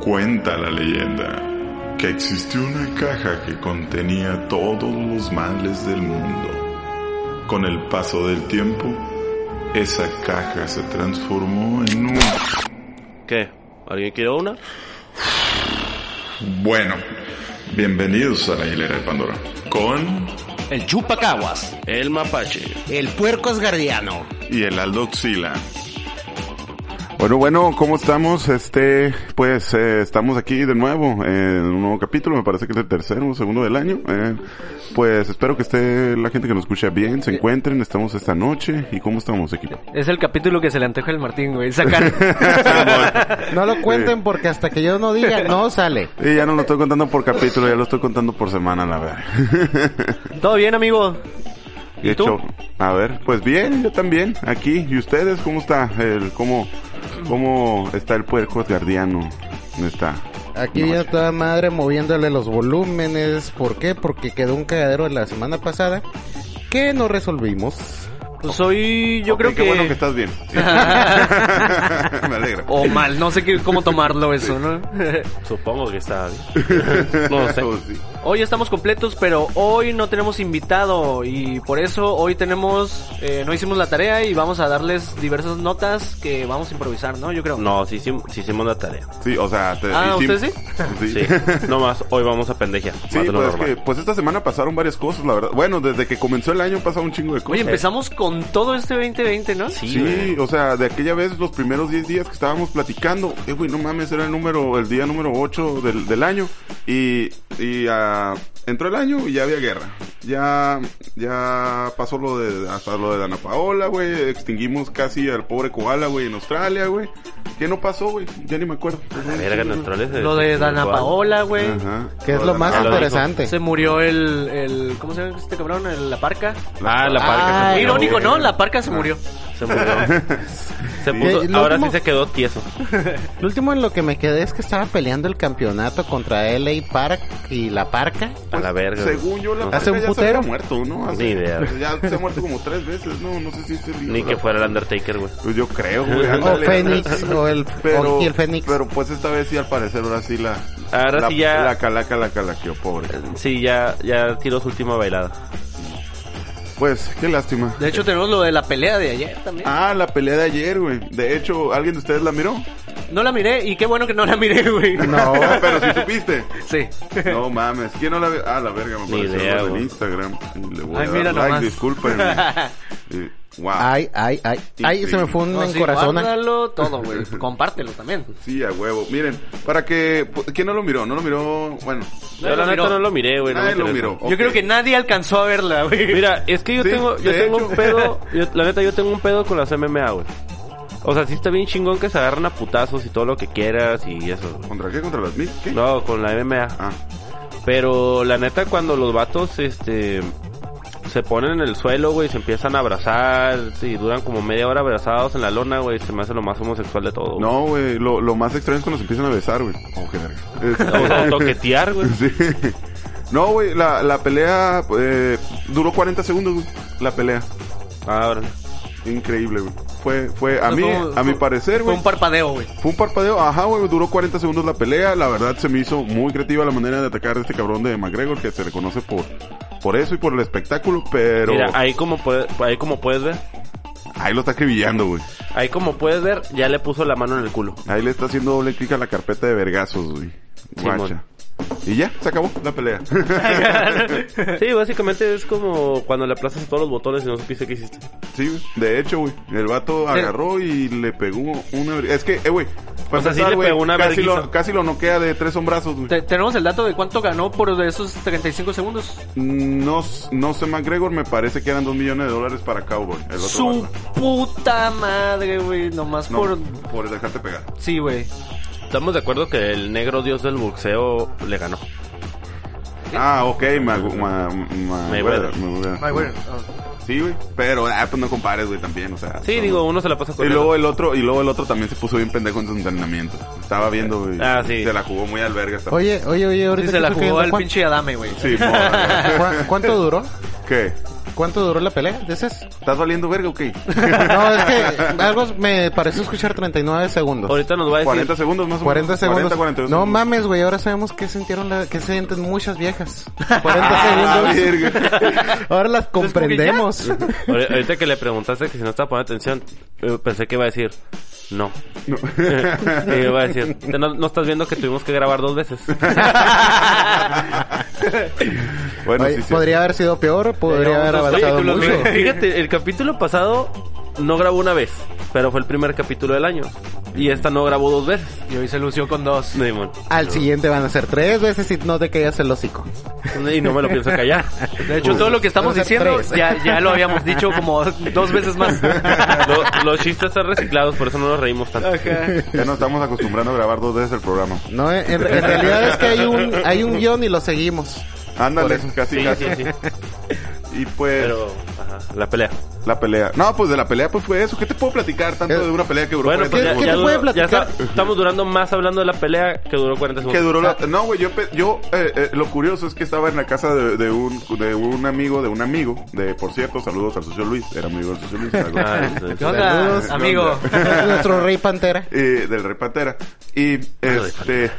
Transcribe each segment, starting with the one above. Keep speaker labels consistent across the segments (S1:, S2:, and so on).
S1: Cuenta la leyenda que existió una caja que contenía todos los males del mundo. Con el paso del tiempo, esa caja se transformó en un...
S2: ¿Qué? ¿Alguien quiere una?
S1: Bueno, bienvenidos a la hilera de Pandora. Con...
S3: El chupacaguas.
S2: El mapache.
S3: El puerco asgardiano.
S1: Y el aldoxila.
S4: Bueno, bueno, ¿cómo estamos? Este, pues eh, estamos aquí de nuevo eh, en un nuevo capítulo, me parece que es el tercero o segundo del año. Eh, pues espero que esté la gente que nos escucha bien, se encuentren, estamos esta noche y ¿cómo estamos, equipo?
S5: Es el capítulo que se le antoja al Martín, güey, sacar.
S6: No lo cuenten porque hasta que yo no diga no sale.
S4: Y ya no lo estoy contando por capítulo, ya lo estoy contando por semana, la verdad.
S5: ¿Todo bien, amigo?
S4: De
S5: ¿Y tú?
S4: hecho, a ver, pues bien, yo también, aquí. ¿Y ustedes cómo está? El, cómo, ¿Cómo está el puerco asgardiano? Está.
S6: Aquí ya toda madre moviéndole los volúmenes. ¿Por qué? Porque quedó un cagadero la semana pasada que no resolvimos.
S5: Pues hoy yo
S4: Ok,
S5: creo
S4: qué
S5: que...
S4: bueno que estás bien. Sí. Me alegra.
S5: O mal, no sé qué, cómo tomarlo eso, ¿no?
S2: Supongo que está bien. No lo sé.
S4: Oh, sí.
S5: hoy estamos completos, pero hoy no tenemos invitado y por eso hoy tenemos... eh, no hicimos la tarea y vamos a darles diversas notas que vamos a improvisar, ¿no? Yo creo.
S2: No, sí, hicimos- sí hicimos la tarea.
S4: Sí, o sea, te
S5: Ah,
S4: hicimos-
S5: ¿usted
S4: Sí.
S2: Sí. No más, hoy vamos a pendejear.
S4: Sí,
S2: más de lo
S4: pues, es
S2: normal.
S4: que, pues esta semana pasaron varias cosas, la verdad. Bueno, desde que comenzó el año han pasado un chingo de cosas.
S5: Oye, empezamos con todo este 2020, ¿no?
S2: Sí,
S4: Sí,
S2: güey.
S4: o sea, de aquella vez, los primeros 10 días que estábamos platicando, eh, güey, no mames, era el número, el día número 8 del, del año. Y, y ah, entró el año y ya había guerra. Ya, ya pasó lo de, hasta lo de Dana Paola, güey. Extinguimos casi al pobre koala, güey, en Australia, güey. ¿Qué no pasó, güey? Ya ni me acuerdo.
S2: La verga, nuestro Ale se-
S5: Lo de
S2: se-
S5: Dana
S2: se-
S5: Paola, güey.
S4: Ajá.
S6: Que es lo más
S2: Ah, lo
S6: interesante.
S5: Se murió el, el... ¿Cómo se llama este cabrón? El- la parca.
S2: Ah, la parca.
S5: Qué
S2: se murió,
S5: irónico,
S2: güey.
S5: ¿no? La parca se murió.
S2: Se murió. Se puso-
S6: Eh, lo
S2: ahora sí
S6: último-
S2: se quedó tieso.
S6: Lo último en lo que me quedé es que estaba peleando el campeonato contra LA Park y la Parca.
S2: A la verga. güey.
S4: Según yo, la
S6: Hace
S4: parca
S6: un
S4: ya
S6: putero.
S4: se había muerto, ¿no? Hace-
S2: Ni idea.
S4: Ya se ha muerto como tres veces, ¿no? No sé si este libro-
S2: Ni que fuera el Undertaker, güey.
S4: Pues yo creo, güey.
S6: O
S4: ándale.
S6: Fénix, o el,
S4: Pero,
S6: o el Fénix.
S4: pero pues esta vez sí, al parecer, ahora sí la...
S2: Ahora
S4: la,
S2: sí ya-
S4: La calaca, la calaqueó, pobre.
S2: Sí, ya, ya tiró su última bailada.
S4: Pues, qué lástima.
S5: De hecho, tenemos lo de la pelea de ayer también.
S4: Ah, la pelea de ayer, güey. De hecho, ¿alguien de ustedes la miró?
S5: No la miré y qué bueno que no la miré, güey.
S4: No. pero si supiste.
S5: Sí.
S4: No mames. ¿Quién no la vio? Ah, la verga, me
S2: Ni
S4: apareció
S2: idea,
S4: en
S2: güey.
S4: Instagram. Y Le voy
S5: Ay,
S4: a
S5: mira
S4: dar like,
S5: nomás.
S4: discúlpenme. Eh, wow.
S6: Ay, ay, ay. Ay,
S4: Sí,
S6: se me
S4: sí.
S6: fue un
S5: No, sí,
S6: encorazón.
S5: guárdalo todo, güey. Compártelo también.
S4: Sí, a huevo. Miren, para que... ¿Quién no lo miró? No lo miró... Bueno.
S2: Yo
S5: Nadie
S2: la
S5: lo
S2: neta
S5: miró.
S2: no lo miré, güey. no me
S4: nadie lo
S2: interesa.
S4: miró.
S5: Yo creo que nadie alcanzó a verla, güey.
S2: Mira, es que yo
S4: Sí,
S2: tengo, yo
S4: de
S2: tengo
S4: hecho.
S2: un pedo, yo- la neta yo tengo un pedo con las MMA, güey. O sea, sí está bien chingón que se agarran a putazos y todo lo que quieras y eso. güey.
S4: ¿Contra qué? ¿Contra las mil? ¿Qué?
S2: No, con la MMA.
S4: Ah.
S2: Pero la neta cuando los vatos, este, se ponen en el suelo, güey, se empiezan a abrazar y duran como media hora abrazados en la lona, güey, se me hace lo más homosexual de todo. güey.
S4: No, güey, lo, lo más extraño es cuando se empiezan a besar, güey. Oh, qué verga.
S2: O sea, toquetear, güey.
S4: Sí. No, güey, la, la pelea eh, duró 40 segundos, güey, la pelea.
S2: Ah, órale.
S4: Increíble, güey. Fue, fue, a
S5: O sea,
S4: mí,
S5: fue-
S4: a mi
S5: fue-
S4: parecer,
S5: Fue
S4: güey.
S5: un parpadeo, güey.
S4: Fue un parpadeo, ajá, güey, duró 40 segundos la pelea. La verdad se me hizo muy creativa la manera de atacar a este cabrón de McGregor, que se reconoce por, por eso y por el espectáculo, pero
S2: Mira,
S4: ahí...
S2: ahí como, puede- ahí como puedes ver,
S4: lo está acribillando, güey.
S2: ahí como puedes ver, ya le puso la mano en el culo.
S4: Ahí le está haciendo doble clic a la carpeta de vergazos, güey.
S2: Simón.
S4: Guacha. Y ya, se acabó la pelea.
S2: Sí, básicamente es como cuando le aplastas todos los botones y no supiste qué hiciste.
S4: Sí, güey. de hecho, güey. El vato agarró y le pegó una... ver- Es que, eh, güey. para
S2: O sea, sí
S4: empezar,
S2: le
S4: güey,
S2: pegó una
S4: casi lo,
S2: verguiza.
S4: casi lo noquea de tres hombrazos, güey.
S5: Te- tenemos el dato de cuánto ganó por esos 35 segundos.
S4: No, s- no sé, McGregor, me parece que eran dos millones de dólares para Cowboy. El otro
S5: Su
S4: vato.
S5: puta madre, güey. Nomás
S4: No,
S5: por...
S4: por... dejarte pegar.
S5: Sí, güey.
S2: Estamos de acuerdo que el negro dios del boxeo le ganó.
S4: Ah, ok, ma, ma, ma-
S2: Mayweather.
S4: Mayweather.
S5: Mayweather.
S4: Sí, güey. Pero, ah, pues no compares, güey, también, o sea.
S2: Sí,
S4: no.
S2: digo, uno se la pasa con
S4: Y
S2: el-
S4: luego el otro, y luego el otro también se puso bien pendejo en su entrenamiento. Estaba viendo, güey.
S2: Ah, sí.
S4: Se la jugó muy al verga. esta-
S6: Oye, oye, oye, ahorita
S5: Sí,
S6: que
S5: se la
S6: estoy
S5: jugó
S6: cayendo,
S5: al
S6: ¿cuán-
S5: pinche Adame, güey.
S4: Sí, morra.
S6: ¿cuán- ¿Cuánto duró?
S4: ¿Qué?
S6: ¿Cuánto duró la pelea de esas?
S4: ¿Estás valiendo verga o qué?
S6: No, es que algo me pareció escuchar 39 segundos.
S2: Ahorita nos va a decir.
S4: 40 segundos más o menos.
S6: 40 segundos.
S4: 40, 42
S6: no
S4: segundos.
S6: mames, güey, ahora sabemos que sintieron la, que sienten muchas viejas. 40
S4: Ah,
S6: segundos.
S4: verga.
S6: Ahora las comprendemos.
S2: ahori- Ahorita que le preguntaste que si no estaba poniendo atención, eh, pensé que iba a decir, no. Y iba a decir, "Te- no, no estás viendo que tuvimos que grabar dos veces.
S4: Ah, bueno,
S6: Oye,
S4: sí, pues, sí.
S6: podría haber sido peor, podría haber
S2: Dos
S6: avanzado
S2: capítulos,
S6: mucho.
S2: güey. Fíjate, el capítulo pasado no grabó una vez, pero fue el primer capítulo del año. Y esta no grabó dos veces.
S5: Y hoy se lució con dos.
S2: Simón.
S6: Al siguiente van a ser tres veces y no te quedas el hocico.
S2: Y no me lo pienso callar.
S5: De hecho, todo lo que estamos
S6: Vamos a hacer
S5: diciendo
S4: ¿eh?
S6: tres.
S5: ya, ya lo habíamos dicho como dos veces más.
S2: Lo- los chistes están reciclados, por eso no nos reímos tanto.
S4: Ya nos estamos acostumbrando a grabar dos veces el programa.
S6: No, en, en realidad es que hay un, hay un guión y lo seguimos.
S4: Ándale, casi,
S2: Sí,
S4: casi.
S2: sí, sí.
S4: Y pues,
S2: Pero, ajá, la pelea.
S4: la pelea. No, pues de la pelea pues fue eso. ¿Qué te puedo platicar tanto
S6: Eh,
S4: de una pelea que duró
S2: Bueno,
S4: 40
S2: pues ya,
S4: segundos?
S6: qué
S2: ya
S6: te
S2: duró-
S6: puede platicar?
S2: ya está- estamos durando más hablando de la pelea que duró 40
S4: Que
S2: segundos.
S4: duró la... No, güey, yo, pe- yo eh, eh, lo curioso es que estaba en la casa de, de un, de un amigo, de un amigo, de, por cierto, saludos al socio Luis, era amigo del socio Luis. algo-
S2: Ah, sí,
S5: ¿Qué
S2: sí.
S5: onda,
S6: Saludos.
S5: amigo?
S6: Nuestro rey pantera.
S4: eh, del Rey Pantera. Y
S2: Ah,
S4: este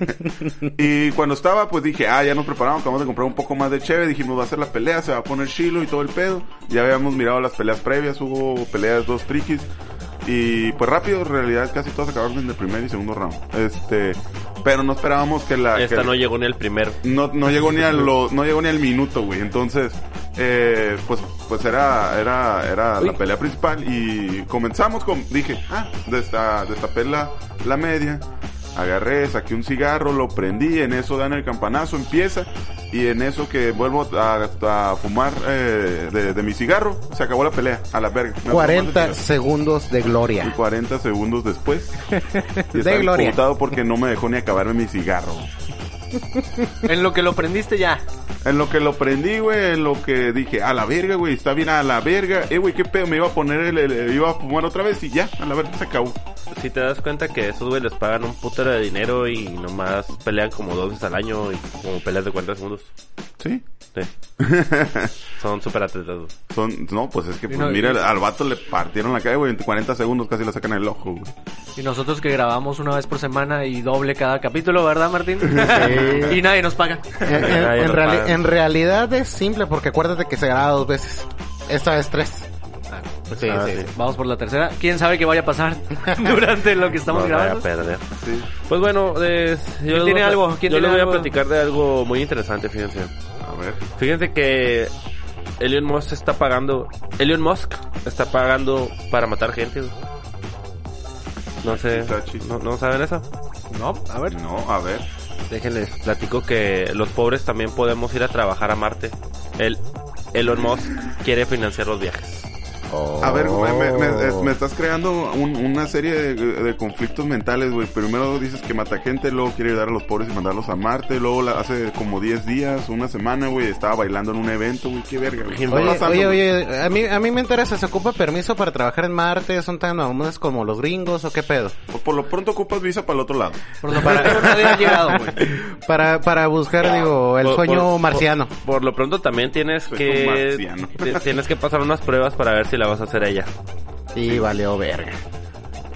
S4: y cuando estaba, pues dije, ah, ya nos preparamos, acabamos de comprar un poco más de cheve, dijimos va a ser la pelea, se va a poner chilo y todo el pedo. Ya habíamos mirado las peleas previas, hubo peleas dos triquis. Y pues rápido, en realidad casi todas acabaron en el primer y segundo round. Este, pero no esperábamos que la
S2: Esta
S4: que-
S2: no llegó ni el primero.
S4: no, no llegó ni a lo- no llegó ni al minuto, güey. Entonces, eh, pues, pues era, era, era la pelea principal y comenzamos con, dije, ah, desta, destapé la, la media, agarré, saqué un cigarro, lo prendí, en eso dan el campanazo, empieza y en eso que vuelvo a, a fumar eh, de, de mi cigarro, se acabó la pelea, a la verga. Me fumé el
S6: 40
S4: cigarro.
S6: segundos de
S4: Y
S6: gloria.
S4: 40 segundos después. y
S6: De
S4: estaba
S6: gloria.
S4: emputado porque no me dejó ni acabarme mi cigarro.
S5: En lo que lo prendiste ya.
S4: En lo que lo prendí, güey, en lo que dije, a la verga, güey, está bien a la verga. Eh, güey, qué pedo, me iba a poner el, el- el- iba a fumar otra vez y ya, a la verga se acabó.
S2: Si te das cuenta que esos güey les pagan un putero de dinero y nomás pelean como dos veces al año y como peleas de 40 segundos.
S4: Sí.
S2: Sí. Son súper atletas. güey.
S4: Son, no, pues es que, pues,
S5: no,
S4: mira,
S5: y-
S4: al vato le partieron la calle, güey, en 40 segundos casi le sacan el ojo, güey.
S5: Y nosotros que grabamos una vez por semana y doble cada capítulo, ¿verdad, Martín? Y nadie nos paga.
S6: En, en-
S2: Ay,
S6: en
S2: no
S6: reali-
S2: mames.
S6: en realidad es simple porque acuérdate que se graba dos veces. Esta vez tres. Sí,
S2: Ah,
S6: sí.
S5: Vamos por la tercera. ¿Quién sabe qué vaya a pasar durante lo que estamos
S2: No, no voy a
S5: grabando?
S2: perder.
S4: Sí.
S2: Pues bueno, eh, yo, les
S5: tiene
S2: voy a-
S5: algo? ¿Quién
S2: yo
S5: tiene
S2: les voy
S5: algo?
S2: a platicar de algo muy interesante, fíjense.
S4: A ver.
S2: Fíjense que Elon Musk está pagando. Elon Musk está pagando para matar gente. güey. No sé.
S4: Tachi, tachi.
S2: ¿no, no saben eso?
S5: No, a ver.
S4: No, a ver.
S2: Déjenles platico que los pobres también podemos ir a trabajar a Marte. El Elon Musk quiere financiar los viajes.
S4: A ver, güey, me, me- es- me estás creando un- una serie de, de conflictos mentales, güey. Primero dices que mata gente, luego quiere ayudar a los pobres y mandarlos a Marte, luego la- hace como 10 días, una semana, güey, estaba bailando en un evento, güey, qué verga, güey. ¿Qué está
S6: Oye,
S4: pasando,
S6: oye,
S4: güey?
S6: oye, a mí, a mí me interesa, ¿se ocupa permiso para trabajar en Marte? ¿Son tan mamones como los gringos o qué pedo?
S4: Por, Pues por lo pronto ocupas visa para el otro lado.
S5: Por lo pronto nadie ha llegado, güey.
S6: Para, para buscar, digo, el
S2: Ah, Por-
S6: sueño
S2: por-
S6: marciano.
S2: Por, por lo pronto también tienes
S4: Sueño
S2: que
S4: marciano.
S2: ti- tienes que pasar unas pruebas para ver si la vas a hacer ella.
S6: Y valió verga.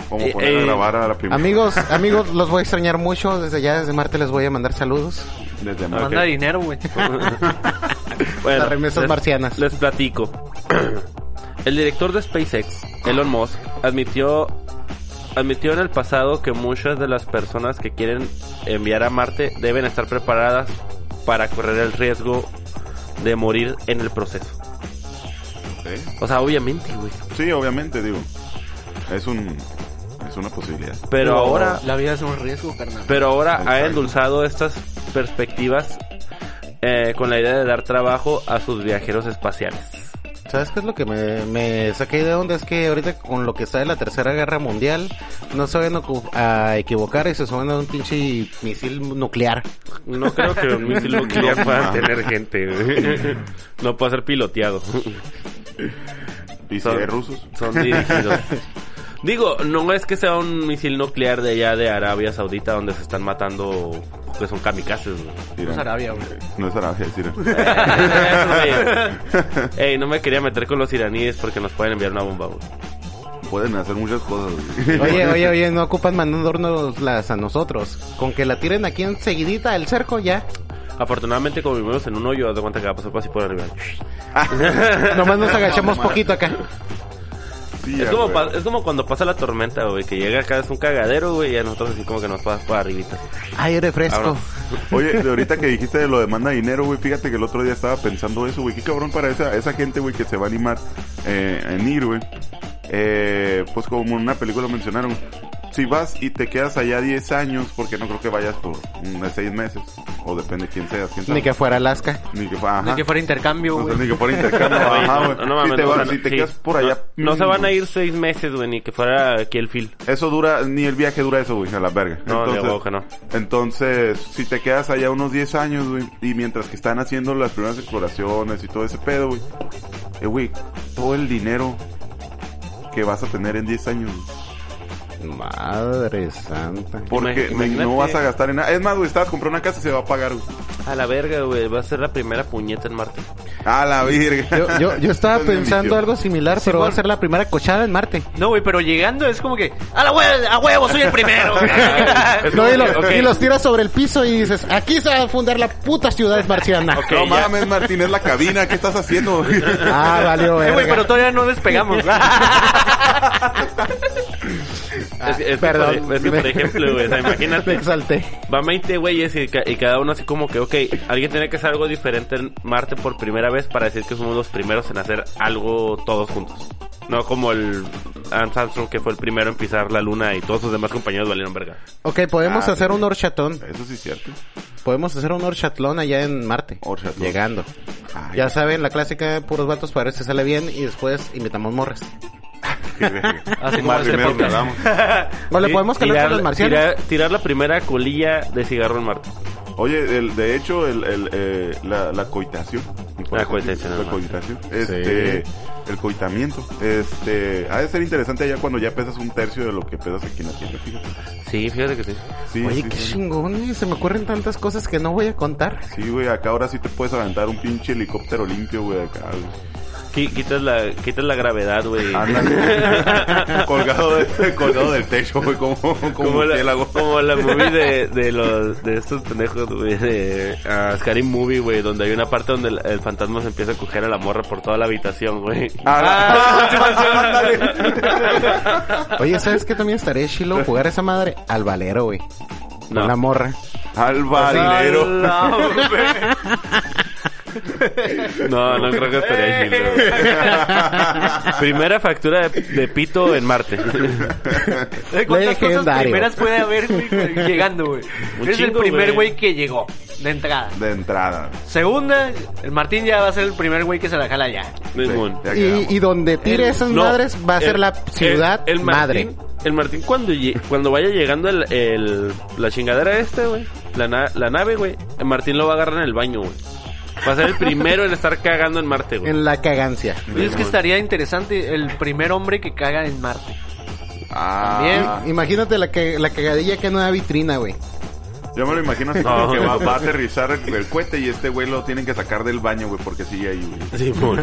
S4: Como
S2: Eh,
S4: poner a
S2: eh,
S4: grabar a la primera.
S6: Amigos, amigos, los voy a extrañar mucho. Desde allá, desde Marte, les voy a mandar saludos.
S4: Desde Marte.
S5: Manda dinero, güey.
S2: Bueno,
S6: Las remesas
S2: les-
S6: marcianas.
S2: Les platico. El director de SpaceX, Elon Musk, admitió admitió en el pasado que muchas de las personas que quieren enviar a Marte deben estar preparadas para correr el riesgo de morir en el proceso.
S4: ¿Eh?
S2: O sea, obviamente, güey.
S4: Sí, obviamente, digo. Es un es una posibilidad.
S2: Pero ahora,
S5: La vida es un riesgo, carnal.
S2: pero ahora ha
S4: Exacto.
S2: endulzado estas perspectivas eh, con la idea de dar trabajo a sus viajeros espaciales.
S6: ¿Sabes qué es lo que me, me saqué de onda? Es que ahorita con lo que está de la Tercera Guerra Mundial, no se van a ocu- a equivocar y se suben a un pinche misil nuclear.
S2: No creo que un misil nuclear
S4: No,
S2: pueda
S4: ma.
S2: tener gente. güey. No puede ser piloteado.
S4: ¿Y si
S2: Son-
S4: hay rusos?
S2: Son dirigidos. Digo, no es que sea un misil nuclear de allá de Arabia Saudita donde se están matando que son kamikazes, güey.
S4: Irán.
S5: es Arabia, güey.
S4: eh, No es Arabia, es Irán.
S2: Eso, güey. Ey, no me quería meter con los iraníes porque nos pueden enviar una bomba, güey.
S4: Pueden hacer muchas cosas. güey.
S6: Oye, oye, oye, no ocupan mandándonoslas a nosotros. Con que la tiren aquí enseguidita del cerco ya.
S2: Afortunadamente, como vivimos en un hoyo, haz de cuenta que va a pasar por así por arriba.
S6: Nomás nos agachamos poquito acá.
S4: Sí,
S2: Es
S4: ya,
S2: como,
S4: güey.
S2: pa- es como cuando pasa la tormenta, güey, que llega acá, es un cagadero, güey, y a nosotros así como que nos pasas por arribita.
S6: Aire fresco.
S2: Vámonos.
S4: Oye, de ahorita que dijiste de lo de manda dinero, güey, fíjate que el otro día estaba pensando eso, güey. Qué cabrón para esa, esa gente, güey, que se va a animar eh, en ir, güey. Eh, pues como en una película mencionaron, si vas y te quedas allá 10 años, porque no creo que vayas por 6 meses, o depende quién seas, quién sabe.
S6: Ni que fuera Alaska.
S4: Ni que, ajá.
S5: Ni que fuera intercambio,
S4: O sea,
S5: güey.
S4: ni que fuera intercambio, ajá, güey.
S2: No, no mames,
S4: si te,
S2: no,
S4: vas-
S2: o sea,
S4: si te
S2: sí.
S4: quedas por allá...
S2: No, no se van a
S4: mínimo.
S2: ir seis meses, güey, ni que fuera aquí el fil.
S4: Eso dura, ni el viaje dura eso, güey, a la verga.
S2: No, de huevo que no.
S4: Entonces, si te quedas allá unos 10 años, güey, y mientras que están haciendo las primeras exploraciones y todo ese pedo, güey, eh, güey, todo el dinero que vas a tener en 10 años, güey,
S6: Madre santa.
S4: porque
S2: Imag- imagínate.
S4: no vas a gastar en nada. Es más, güey, estás comprando una casa, se va a pagar, güey.
S2: A la verga, güey, va a ser la primera puñeta en Marte.
S4: A la virga.
S6: Yo, yo, yo estaba
S4: Entonces,
S6: pensando
S4: mi
S6: algo similar, pero va a
S5: bueno.
S6: ser la primera cochada en Marte.
S5: No, güey, pero llegando es como que, a la hue- a huevo, soy el primero. güey".
S2: Es
S6: No,
S2: como
S6: y, lo-
S2: que, ok.
S6: y los tiras sobre el piso y dices, aquí se va a fundar la puta ciudad marciana.
S2: Ok,
S4: tío. No
S2: ya.
S4: mames, Martín, es la cabina, ¿qué estás haciendo, güey?
S6: Ah, valió
S5: Eh,
S6: verga.
S5: güey, pero todavía no despegamos.
S2: Es, es que
S6: Ah, Perdón.
S2: por- es que, por ejemplo, güey, o sea,
S6: Me
S2: imagínate.
S6: exalté.
S2: Van 20 güeyes y, ca- y cada uno así como que, ok, alguien tiene que hacer algo diferente en Marte por primera vez para decir que somos los primeros en hacer algo todos juntos. No como el Lance Armstrong que fue el primero en pisar la luna y todos sus demás compañeros valieron verga.
S6: Ok, podemos
S4: Ah,
S6: hacer
S4: sí.
S6: un horchatón.
S4: Eso sí es cierto.
S6: Podemos hacer un horchatlón allá en Marte.
S4: Horchatlón.
S6: Llegando.
S2: Ah,
S4: Ay,
S6: Ya saben, la clásica, puros vatos para ver si sale bien y después invitamos morras.
S4: qué verga.
S2: Así como
S4: Más
S2: este
S4: primero
S2: podcast.
S4: hablamos.
S6: O le
S2: Sí,
S6: podemos calar
S2: tirar-
S6: con los marcianos.
S2: Tirar, tirar la primera colilla de cigarro en Marte.
S4: Oye, el, de hecho, el, el, eh, la, la coitación.
S2: La coitación,
S4: La
S2: además.
S4: coitación. Este, El coitamiento. Este, ha de ser interesante allá cuando ya pesas un tercio de lo que pesas aquí en la tierra, fíjate.
S2: Sí, fíjate que sí.
S4: Sí,
S6: Oye,
S4: sí,
S6: qué
S4: sí.
S6: chingón, eh, se me ocurren tantas cosas que no voy a contar.
S4: Sí, güey, acá ahora sí te puedes aventar un pinche helicóptero limpio, güey, acá. güey.
S2: Qui- Quitas la, quitas la gravedad, güey.
S4: Ándale. colgado, de- colgado del techo, güey, como, como,
S2: Como la,
S4: murciélago.
S2: como la movie de, de los de estos pendejos, güey, de ah, Scary Movie, güey, donde hay una parte donde el, el fantasma se empieza a coger a la morra por toda la habitación, güey.
S4: Ah, la-
S6: Oye, ¿sabes qué también estaré chilo? Jugar a esa madre al valero, güey.
S2: No.
S6: Con la morra.
S4: Al barilero.
S2: No, no creo que estaría
S5: Eh,
S2: chido, güey. Primera factura de, de pito en Marte.
S5: ¿Sabes ¿Cuántas cosas
S6: Legendario.
S5: primeras puede haber güey, llegando, güey?
S2: Un
S5: Eres el
S2: chingo,
S5: primer
S2: güey.
S5: güey que llegó, de entrada.
S4: De entrada.
S5: Segunda, el Martín ya va a ser el primer güey que se la jala ya.
S2: Ningún.
S4: Ya quedamos.
S6: Y, y donde tire
S2: El-
S6: esas
S2: no,
S6: madres va a ser
S2: el-
S6: la ciudad
S2: el- el
S6: madre.
S2: Martín- el Martín cuando, lle- cuando vaya llegando el, el- la chingadera esta, güey, la, na- la nave, güey, el Martín lo va a agarrar en el baño, güey. Va a ser el primero en estar cagando en Marte, güey.
S6: En la cagancia.
S5: Oye, es que estaría interesante el primer hombre que caga en Marte.
S4: Ah.
S5: También.
S6: Imagínate la, que, la cagadilla que en una vitrina, güey.
S4: Yo me lo imagino así
S2: No.
S4: como que va, va a aterrizar el, el cohete y este güey lo tienen que sacar del baño, güey, porque sigue ahí, güey. Ah,
S2: Simón.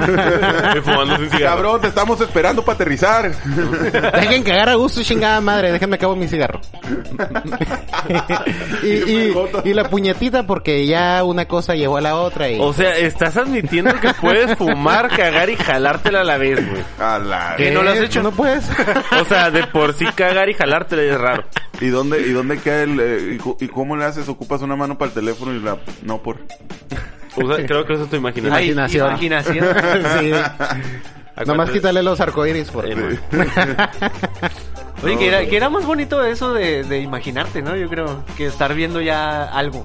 S2: Fumándose un cigarro.
S4: Cabrón, te estamos esperando para aterrizar.
S6: Dejen cagar a gusto, chingada madre. Déjenme acabo mi cigarro. y, y- y la puñetita porque ya una cosa llevó a la otra y...
S2: O sea, estás admitiendo que puedes fumar, cagar y jalártela a la vez, güey.
S4: A la...
S6: ¿Qué?
S5: no lo has hecho?
S6: Eh, No puedes.
S2: O sea, de por sí cagar y jalártela es raro.
S4: ¿Y dónde, y dónde queda el... eh, y, cu- y cómo le haces? ¿Ocupas una mano para el teléfono y la... No, por...
S2: O sea, creo que eso es tu imaginación.
S5: Ay,
S6: Imaginación.
S5: imaginación.
S6: sí.
S2: Acuérdate-
S6: Nomás quítale los arcoíris
S2: Eh,
S6: porque...
S2: man.
S5: Oye, que era, que era más bonito eso de, de imaginarte, ¿no? Yo creo que estar viendo ya algo.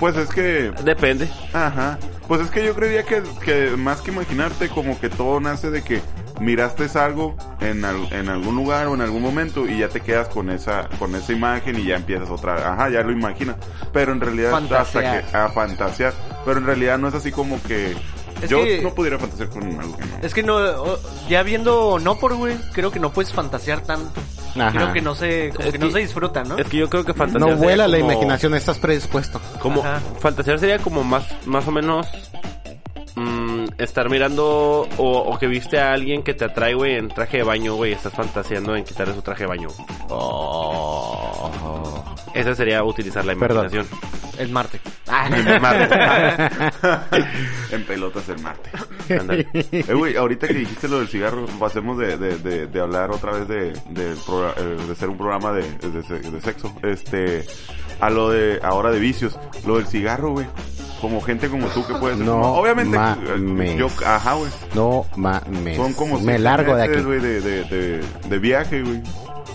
S4: Pues es que...
S2: Depende.
S4: Ajá. Pues es que yo creería que, que más que imaginarte, como que todo nace de que miraste algo en, al- en algún lugar o en algún momento y ya te quedas con esa con esa imagen y ya empiezas otra. Ajá, ya lo imaginas. Pero en realidad hasta
S5: Fantasear.
S4: que a fantasear. Pero en realidad no es así como que
S5: Es
S4: Yo
S5: que-
S4: no pudiera fantasear con algo que no.
S5: Es que no, o- ya viendo no por güey, creo que no puedes fantasear tanto.
S6: Ajá.
S5: Creo que no se, como
S2: Es
S5: que no
S2: que-
S5: se disfruta, ¿no?
S2: Es que yo creo que fantasear
S6: No
S2: sería
S6: vuela la
S2: como-
S6: imaginación, estás predispuesto.
S2: Como
S5: Ajá.
S2: fantasear sería como más, más o menos mm, estar mirando o, o que viste a alguien que te atrae, güey, en traje de baño, güey, y estás fantaseando en quitarle su traje de baño. Esa sería utilizar la
S6: Perdón.
S2: imaginación.
S5: El Marte.
S2: Ah,
S4: en pelotas el martes.
S2: Ándale.
S4: Eh, güey, ahorita que dijiste lo del cigarro, pasemos de, de, de, de hablar otra vez de, de, progra- eh, de ser un programa de, de se- de sexo, este, a lo de ahora de vicios, lo del cigarro, güey. Como gente como tú que puede ser.
S6: No
S4: fumado. obviamente, eh,
S6: mames.
S4: yo, ajá, güey.
S6: No mames.
S4: Son como
S6: Me
S4: siete
S6: largo de
S4: meses,
S6: aquí.
S4: güey, de, de, de, de viaje, güey.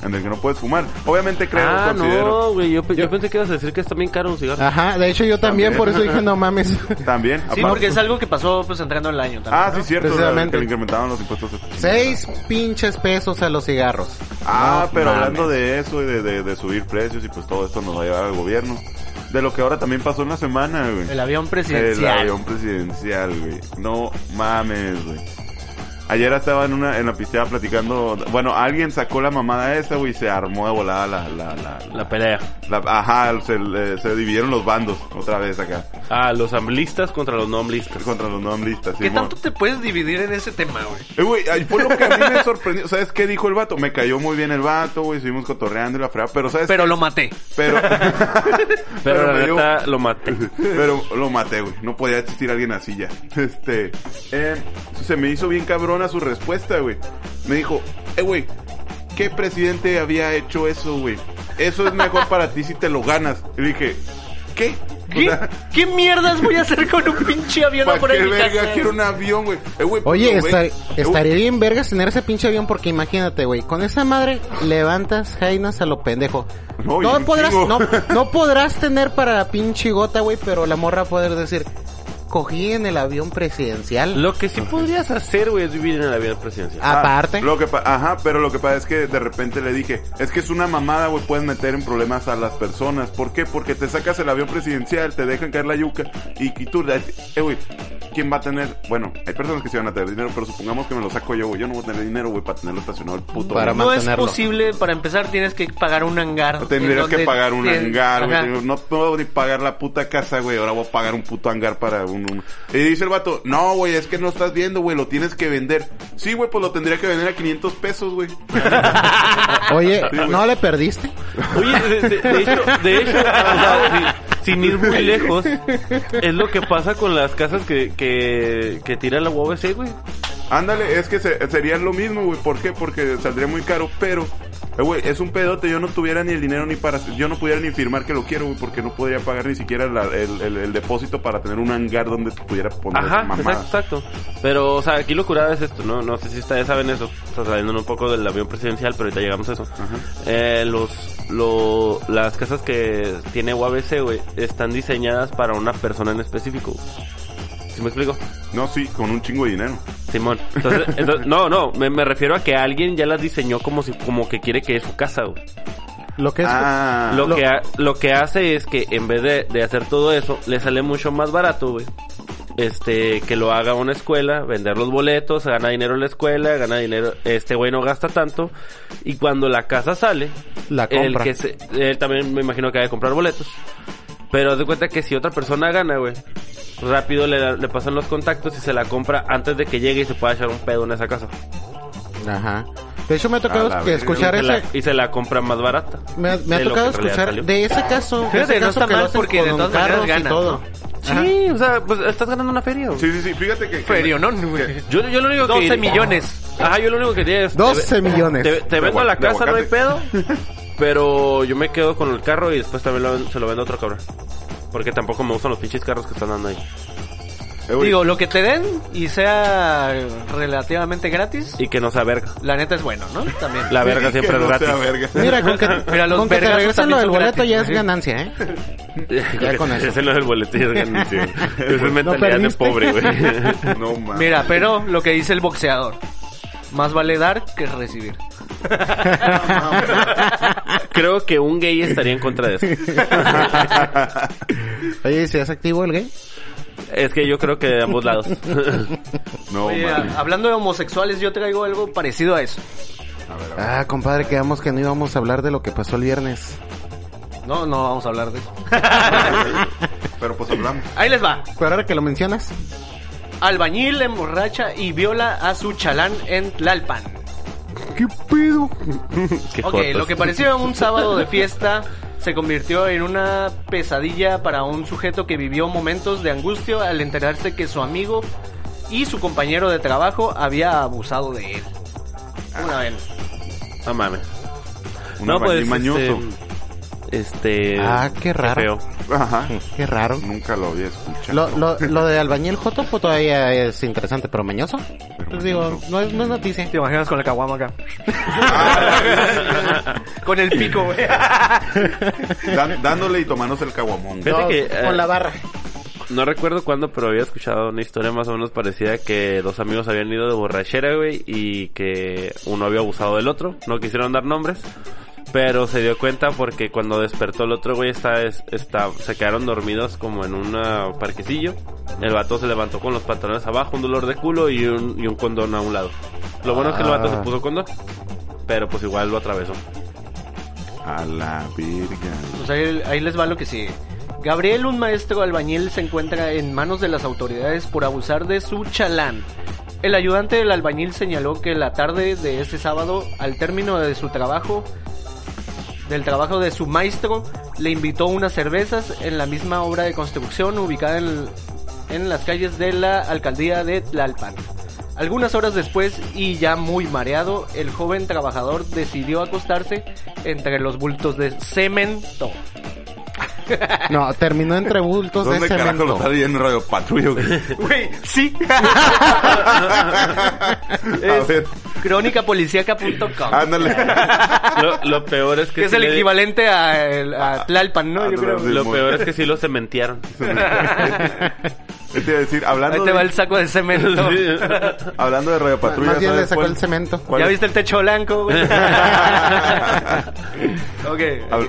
S4: En el que no puedes fumar. Obviamente creo,
S2: ah,
S4: considero.
S2: no, güey, yo, pe- yo pensé que ibas a decir que está bien caro un cigarro.
S6: Ajá, de hecho yo también,
S4: También.
S6: por eso dije no mames.
S4: También.
S5: Sí,
S4: aparte-
S5: porque es algo que pasó pues entrando el año también.
S4: Ah, sí, cierto.
S6: Precisamente.
S4: Que le incrementaban los impuestos. a esta chingada.
S6: Seis pinches pesos a los cigarros.
S4: Ah,
S6: No
S4: pero
S6: mames.
S4: hablando de eso y de, de- de subir precios y pues todo esto nos va a llevar al gobierno. De lo que ahora también pasó en la semana,
S2: Ah,
S4: güey.
S5: El avión presidencial.
S4: El avión presidencial, güey. No mames, güey. Ayer estaba en una en la pisteada platicando. Bueno, alguien sacó la mamada esa, güey, y se armó de volada la. la, la,
S2: La pelea.
S4: la- ajá, se, le- se dividieron los bandos otra vez acá.
S2: Ah, los amlistas contra los no amlistas.
S4: Contra los no amlistas.
S5: ¿Qué tanto te puedes dividir en ese tema, güey?
S4: Eh, güey, ahí fue lo que a mí me sorprendió. ¿Sabes qué dijo el vato? Me cayó muy bien el vato, güey. Seguimos cotorreando y la fregada. Pero, ¿sabes
S5: Pero lo maté.
S4: Pero,
S2: Pero,
S4: me
S2: la
S4: dio-
S2: neta lo maté.
S4: pero lo maté, güey. No podía existir alguien así ya. Este, eh, se me hizo bien cabrona su respuesta, güey. Me dijo, eh, güey, ¿qué presidente había hecho eso, güey? Eso es mejor para ti si te lo ganas. Y dije, ¿qué? O
S5: ¿Qué,
S4: sea,
S5: ¿Qué mierdas voy a hacer con un pinche avión
S4: ¿Para
S5: afuera
S4: qué
S5: de mi
S4: verga
S5: casa?
S4: quiero un avión, güey? Eh, güey, pues,
S6: Oye,
S4: lo ve-
S6: esta-
S4: eh, güey,
S6: estaría bien vergas tener ese pinche avión porque imagínate, güey, con esa madre levantas jainas a lo pendejo.
S4: No,
S6: No,
S4: y un
S6: podrás,
S4: chingo.
S6: no, no podrás tener para pinche gota, güey, pero la morra poder decir, cogí en el avión presidencial.
S2: Lo que sí podrías hacer, güey, es vivir en el avión presidencial.
S4: Ah,
S6: Aparte,
S4: Lo que pa- Ajá, pero lo que pasa es que de repente le dije, es que es una mamada, güey, puedes meter en problemas a las personas. ¿Por qué? Porque te sacas el avión presidencial, te dejan caer la yuca y, y tú, eh, güey, ¿quién va a tener? Bueno, hay personas que sí van a tener dinero, pero supongamos que me lo saco yo, güey. Yo no voy a tener dinero, güey, para tenerlo estacionado el puto.
S6: Para
S4: avión.
S5: No es
S6: mantenerlo.
S5: posible, para empezar tiegar que pagar un hangar. en
S4: Tendrías
S5: donde
S4: que pagar un
S5: te-
S4: hangar,
S5: Ajá.
S4: güey. Digo, No puedo ni pagar la puta casa, güey. Ahora voy a pagar un puto hangar para un... un- Y dice el vato, no, güey, es que no estás viendo, güey. Lo tienes que vender. Sí, güey, pues lo tendría que vender a 500 pesos, güey.
S6: oye,
S4: Sí, güey.
S6: ¿no le perdiste?
S2: Oye, de, de- de hecho, de hecho, o sea, sin, sin ir muy lejos, es lo que pasa con las casas que, que, que tira la UABC, güey.
S4: Ándale, es que se- sería lo mismo, güey. ¿Por qué? Porque saldría muy caro, pero... eh, güey, es un pedote. Yo no tuviera ni el dinero ni para... Yo no pudiera ni firmar que lo quiero, güey. Porque no podría pagar ni siquiera la- el, el- el depósito para tener un hangar donde pudiera poner
S2: Ajá,
S4: esa mamada.
S2: exacto, exacto. Pero, o sea, aquí lo curado es esto, ¿no? No sé si ustedes saben eso. O sea, saliendo un poco del avión presidencial, pero ahorita llegamos a eso. Eh, los, lo, las casas que tiene UABC, güey, están diseñadas para una persona en específico. ¿Sí me explico?
S4: No, sí, con un chingo de dinero.
S2: Simón. Entonces, entonces- no, no, me, me refiero a que alguien ya las diseñó como si, como que quiere que es su casa, güey.
S6: Lo que es...
S4: Ah,
S2: Lo, que ha- lo que hace es que en vez de, de hacer todo eso, le sale mucho más barato, güey. Este, que lo haga una escuela, vender los boletos, gana dinero en la escuela, gana dinero, este güey no gasta tanto. Y cuando la casa sale,
S6: La
S2: el
S6: compra.
S2: que se- él también me imagino que ha de comprar boletos. Pero haz de cuenta que si otra persona gana, güey, rápido le, le pasan los contactos y se la compra antes de que llegue y se pueda echar un pedo en esa casa.
S6: Ajá. De hecho me ha tocado
S4: Ah. A la
S6: que
S4: verga,
S6: escuchar
S2: Y se, la,
S6: ese...
S2: y se la compra más barata.
S6: Me, ha- me ha
S2: de lo que
S6: tocado
S2: en realidad
S6: escuchar
S2: salió.
S6: de ese caso, de
S5: Fíjate,
S6: ese
S5: no
S6: caso
S5: está
S6: que
S5: mal
S6: lo hacen
S5: porque de
S6: con
S5: todas maneras
S6: carros y
S5: ganan,
S6: todo.
S5: ¿no?
S2: Sí, o sea, pues estás ganando una feria, güey.
S4: Sí, sí, sí. Fíjate que... que-
S5: Ferio, ¿no? güey?
S2: Yo, yo lo único que
S5: 12
S2: diría-
S5: millones.
S2: Ajá, yo lo único que diría es...
S6: 12 millones.
S2: Te, te
S4: De
S2: vendo
S4: agua-
S2: la
S4: de
S2: casa, no hay pedo.
S4: aguacate.
S2: Pero yo me quedo con el carro y después también lo- se lo vendo a otro cabrón. Porque tampoco me gustan los pinches carros que están dando ahí.
S4: Eh, güey,
S5: Digo, lo que te den y sea relativamente gratis,
S2: Y que no sea verga.
S5: la neta es bueno, ¿no? También.
S2: La verga
S4: que
S2: siempre
S4: no
S2: es gratis.
S4: sea verga.
S6: Mira, con que,
S5: Mira, los
S6: con que te
S5: vergazos
S6: regresen lo
S5: también
S6: del
S5: son
S6: boleto
S5: gratis.
S6: ya es ganancia, ¿eh? Ya con eso.
S2: Ese no es el boletín. Esa es mentalidad de
S6: perdiste.
S2: pobre, güey.
S4: No mames.
S5: Mira, pero lo que dice el boxeador. Más vale dar que recibir.
S2: Creo que un gay estaría en contra de eso.
S6: Oye, ¿y si es activo el gay?
S2: Es que yo creo que de ambos lados.
S4: No,
S5: Oye, ah,
S4: mames.
S5: a- hablando de homosexuales, yo traigo algo parecido a eso.
S6: Ah, compadre, quedamos que no íbamos a hablar de lo que pasó el viernes.
S5: No, no vamos a hablar de eso.
S4: Pero pues hablamos.
S5: Ahí les va.
S6: Pero ahora que lo mencionas,
S5: Albañil emborracha y viola a su chalán en Tlalpan.
S6: ¿qué pedo?
S2: Qué
S5: Ok,
S2: jotos.
S5: lo que parecía un sábado de fiesta se convirtió en una pesadilla para un sujeto que vivió momentos de angustia al enterarse que su amigo y su compañero de trabajo había abusado de él. Una vez.
S2: No mames.
S4: Un
S2: No, pues.
S4: albañil mañoso.
S2: Este. este,
S6: Ah, qué raro.
S2: feo.
S4: Ajá.
S6: Qué raro.
S4: Nunca lo había escuchado.
S6: Lo, lo, lo de albañil Jotopo todavía es interesante, pero mañoso. Pues digo, no es, no es noticia.
S5: ¿Te imaginas con la caguama acá? con el pico, güey.
S4: Dan- dándole y tomándose el caguamón.
S2: Fíjate
S6: No,
S2: que, eh,
S6: con la barra.
S2: No recuerdo cuándo, pero había escuchado una historia más o menos parecida que dos amigos habían ido de borrachera, güey, y que uno había abusado del otro. No quisieron dar nombres, pero se dio cuenta porque cuando despertó el otro, güey, está, es- está, se quedaron dormidos como en un ah, parquecillo. El vato se levantó con los pantalones abajo, un dolor de culo y un, y un condón a un lado. Lo bueno es que el vato
S6: Ah.
S2: se puso condón, pero pues igual lo atravesó.
S4: A la virgen.
S5: Pues ahí, ahí les va lo que sigue. Gabriel, un maestro albañil, se encuentra en manos de las autoridades por abusar de su chalán. El ayudante del albañil señaló que la tarde de este sábado, al término de su trabajo, del trabajo de su maestro, le invitó unas cervezas en la misma obra de construcción ubicada en, en las calles de la alcaldía de Tlalpan. Algunas horas después, y ya muy mareado, el joven trabajador decidió acostarse entre los bultos de cemento.
S6: No, terminó entre bultos de
S4: ¿Dónde carajo lo
S6: cemento.
S4: está viendo Radio Patrullo?
S5: Güey, sí.
S4: A ver,
S5: Crónicapoliciaca.com.
S4: ándale.
S2: Lo, lo peor es que...
S5: Ah, Que es
S2: sí
S5: el
S2: le-
S5: equivalente a, el- a Tlalpan, ¿no? Yo
S4: Ándale,
S5: creo.
S4: sí.
S2: Lo peor es que sí lo cementearon.
S4: ¿Qué te iba a decir? Hablando
S5: Ahí te va
S4: de,
S5: el saco de cemento.
S4: hablando de Radio Patrulla.
S6: Más bien le
S4: ¿sabes
S6: sacó
S4: cuál-
S6: el cemento.
S4: cuál
S5: ¿Ya
S4: es-
S5: viste el techo blanco, güey?
S4: Hab-
S5: ok.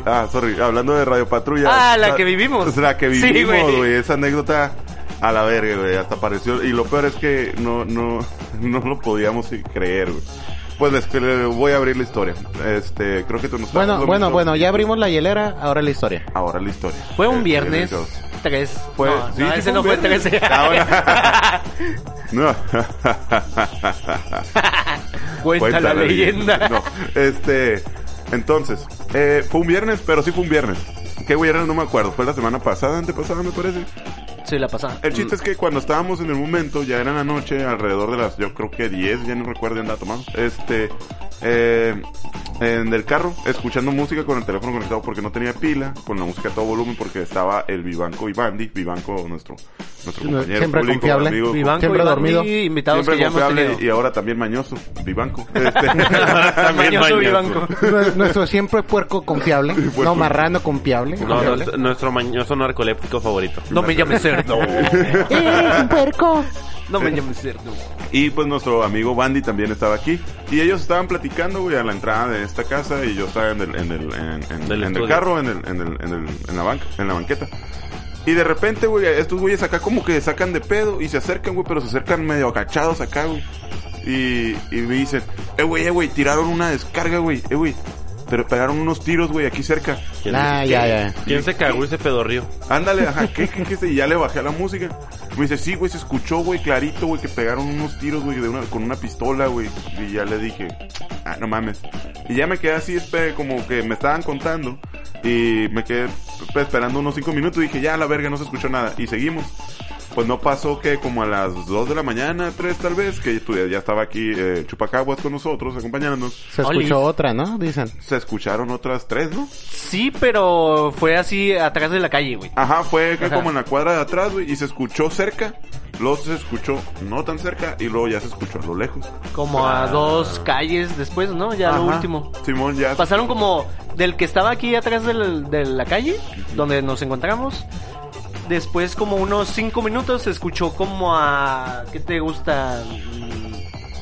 S4: ah, sorry, hablando de Radio Patrulla.
S5: Ah, la
S4: Sa-
S5: que vivimos.
S4: La que
S5: Sí,
S4: vivimos,
S5: güey.
S4: güey. Esa anécdota a la verga, güey. Hasta pareció. Y lo peor es que no, no, no lo podíamos creer, güey. Pues les, les voy a abrir la historia. Este, creo que tú nos
S6: Bueno,
S4: lo
S6: bueno,
S4: mismo.
S6: bueno, ya abrimos la hielera, ahora la historia.
S4: Ahora la historia.
S5: Fue un
S4: Este,
S5: viernes
S4: amigos.
S5: 3.
S4: Fue-
S5: no,
S4: sí,
S5: no,
S4: sí
S5: ese
S4: fue
S5: no
S4: un
S5: fue
S4: viernes.
S5: 13.
S4: Ah, No.
S5: Cuenta la leyenda.
S4: No, este. Entonces, eh, fue un viernes, pero sí fue un viernes. ¿Qué viernes? No me acuerdo. Fue la semana pasada, antepasada, me parece.
S5: Sí, la pasada.
S4: El chiste es que cuando estábamos en el momento, ya era la noche, alrededor de las, yo creo que 10, ya no recuerdo el dato más. Este, eh, en el carro, escuchando música con el teléfono conectado porque no tenía pila, con la música a todo volumen porque estaba el Vivanco Vivandi, Vivanco nuestro, nuestro
S6: No,
S4: compañero,
S6: siempre
S4: público,
S6: confiable,
S4: amigo,
S6: Vivanco.
S5: Vivanco
S6: Siempre
S5: y
S6: dormido.
S5: Barbie, invitados
S4: siempre
S5: que ya hemos
S4: confiable
S5: tenido.
S4: y ahora también mañoso, Vivanco. Este,
S2: También
S5: Mañoso
S2: mañoso.
S5: Vivanco.
S6: Nue- Nuestro siempre puerco confiable, no marrano confiable.
S2: No,
S6: confiable.
S2: nuestro- nuestro mañoso narcoléptico favorito.
S5: No me llames cerdo.
S6: ¡Eres un puerco!
S5: No me llames cerdo.
S4: Y pues nuestro amigo Bandy también estaba aquí. Y ellos estaban platicando, güey, a la entrada de esta casa. Y yo estaba en el, en el, en, en-
S2: Del
S4: en el
S2: estudio.
S4: carro, en, el, en, el, en, el- en la banca, en la banqueta. Y de repente, güey, estos güeyes acá como que sacan de pedo y se acercan, güey, pero se acercan medio agachados acá, güey. Y, y me dicen, eh, güey, eh, güey, tiraron una descarga, güey, eh, güey. Pero pegaron unos tiros, güey, aquí cerca.
S2: ¿Quién-
S6: Ah,
S2: quién-
S6: ya, ya.
S2: ¿Quién se cagó y se pedorrió?
S4: Ándale, ajá, ¿qué, qué, qué? sé? Y ya le bajé a la música. Me dice, sí, güey, se escuchó, güey, clarito, güey, que pegaron unos tiros, güey, de una, con una pistola, güey. Y ya le dije, ah, no mames. Y ya me quedé así, espe- como que me estaban contando. Y me quedé pues, esperando unos cinco minutos. Dije, ya, la verga, no se escuchó nada. Y seguimos. Pues no pasó que como a las 2 de la mañana, 3 tal vez, que tú- ya estaba aquí eh, Chupacaguas con nosotros, acompañándonos.
S6: Se escuchó
S5: Oli.
S6: otra, ¿no? Dicen.
S4: Se escucharon otras tres, ¿no?
S5: Sí, pero fue así atrás de la calle, güey.
S4: Ajá, fue que
S5: Ajá.
S4: como en la cuadra de atrás, güey, y se escuchó cerca, luego se escuchó no tan cerca, y luego ya se escuchó a lo lejos.
S5: Como a dos calles después, ¿no? Ya lo
S4: Ajá.
S5: último.
S4: Simón ya.
S5: Pasaron como del que estaba aquí atrás del- de la calle, donde nos encontramos. Después, como unos cinco minutos, se escuchó como a. ¿Qué te gusta? Mm,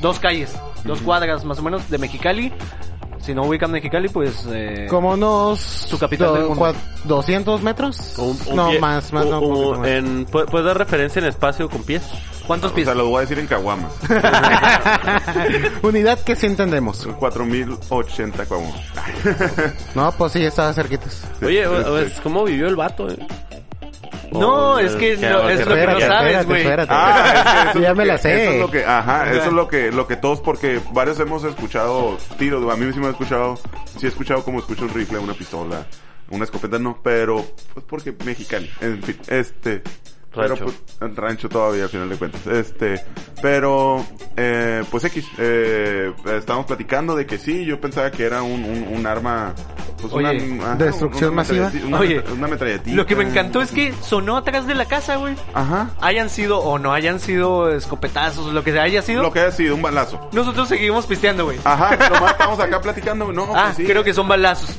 S5: Dos calles, dos cuadras más o menos de Mexicali. Si no ubican Mexicali, pues... eh,
S6: Como unos
S5: Su capital del mundo.
S6: cua- 200 metros.
S2: Un- un
S6: no,
S2: pie-
S6: más, más,
S2: un-
S6: no.
S2: un- eh.
S6: un poquito más.
S2: en- ¿pue- ¿Puedes dar referencia en espacio con pies?
S5: ¿Cuántos
S4: O
S5: pies?
S4: sea, lo voy a decir en Caguama.
S6: Unidad que sí entendemos.
S4: 4080 Caguama.
S6: No, pues sí, estaba cerquitos.
S2: Oye,
S4: sí,
S2: o-
S4: sí.
S2: o es- ¿cómo vivió el vato? eh?
S5: No,
S2: Oh,
S5: es que
S2: qué-
S5: no-
S2: qué
S5: es lo que no
S2: referencia.
S5: sabes, güey.
S6: espérate.
S4: Ah, es que eso es
S6: ya
S4: lo
S6: me
S4: que-
S6: la sé.
S4: Eso es lo que, ajá, eso es lo que, lo que todos, porque varios hemos escuchado tiros, güey. a mí sí me he escuchado, sí he escuchado como escucho un rifle, una pistola, una escopeta, no, pero, pues porque mexicano, en fin, este.
S2: Rancho.
S4: Pero, pues, en rancho todavía, al final de cuentas. Este, pero, eh, pues X, eh, estábamos platicando de que sí, yo pensaba que era un, un, un arma, pues
S5: Oye,
S4: una,
S6: ¿destrucción masiva?
S4: metralleti- Una,
S5: Oye,
S4: meta- una metralletita.
S5: Lo que me encantó es que sonó atrás de la casa, güey.
S4: Ajá.
S5: Hayan sido o no hayan sido escopetazos, lo que haya sido.
S4: Lo que ha sido un balazo.
S5: Nosotros seguimos pisteando, güey.
S4: Ajá, nomás estamos acá platicando, no,
S5: Ah,
S4: pues sí.
S5: creo que son balazos.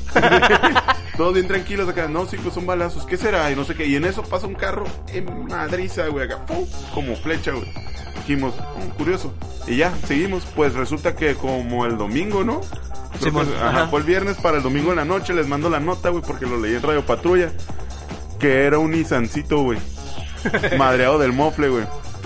S4: Todos bien tranquilos acá, no, sí, pues son balazos, ¿qué será? Y no sé qué, y en eso pasa un carro en madriza, güey, acá, ¡pum! como flecha, güey. Dijimos, "Mm, curioso. Y ya, seguimos, pues resulta que como el domingo, ¿no? Creo
S5: Simón,
S4: que- ajá,
S5: pues, ajá.
S4: fue el viernes para el domingo en la noche, les mando la nota, güey, porque lo leí en Radio Patrulla, que era un Nissancito, güey, madreado del mofle, güey.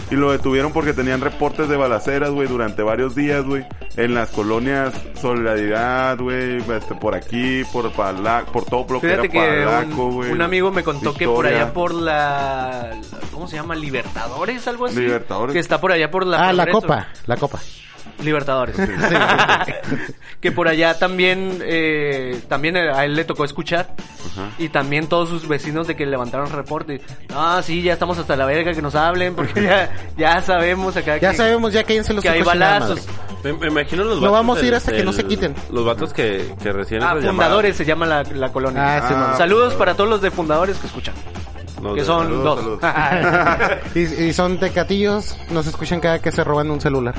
S4: Y lo detuvieron porque tenían reportes de balaceras, güey, durante varios días, güey. En las colonias Solidaridad, güey, este, por aquí, por Palac, por todo lo que era
S5: Fíjate que
S4: Palaco,
S5: un,
S4: güey.
S5: un amigo me contó que por
S4: Victoria.
S5: allá por la... ¿Cómo se llama? Libertadores, algo así.
S4: Libertadores.
S5: Que está por allá por la...
S6: ah, la
S5: Progreso.
S6: copa, la copa.
S5: Libertadores. que por allá también, eh, también a él le tocó escuchar.
S4: Ajá.
S5: Y también todos sus vecinos de que levantaron reporte. Ah, sí, ya estamos hasta la verga que nos hablen, porque ya, ya sabemos acá
S6: Ya
S5: que,
S6: sabemos ya que en se los
S5: que hay
S6: tocó chingada
S5: balazos.
S6: madre.
S2: Me, me imagino los
S6: No vamos a ir
S2: del-
S6: hasta que no se
S2: del-
S6: quiten.
S2: Los vatos que, que recién...
S5: Ah,
S2: esas
S5: fundadores se llama la, la colonia.
S6: Ah, sí, man.
S5: Saludos para todos los de fundadores que escuchan,
S2: llamadas, los
S5: que
S2: de-
S5: son
S4: saludos,
S5: dos. Ajá.
S6: Y, y son tecatillos, nos escuchan cada que se roban un celular.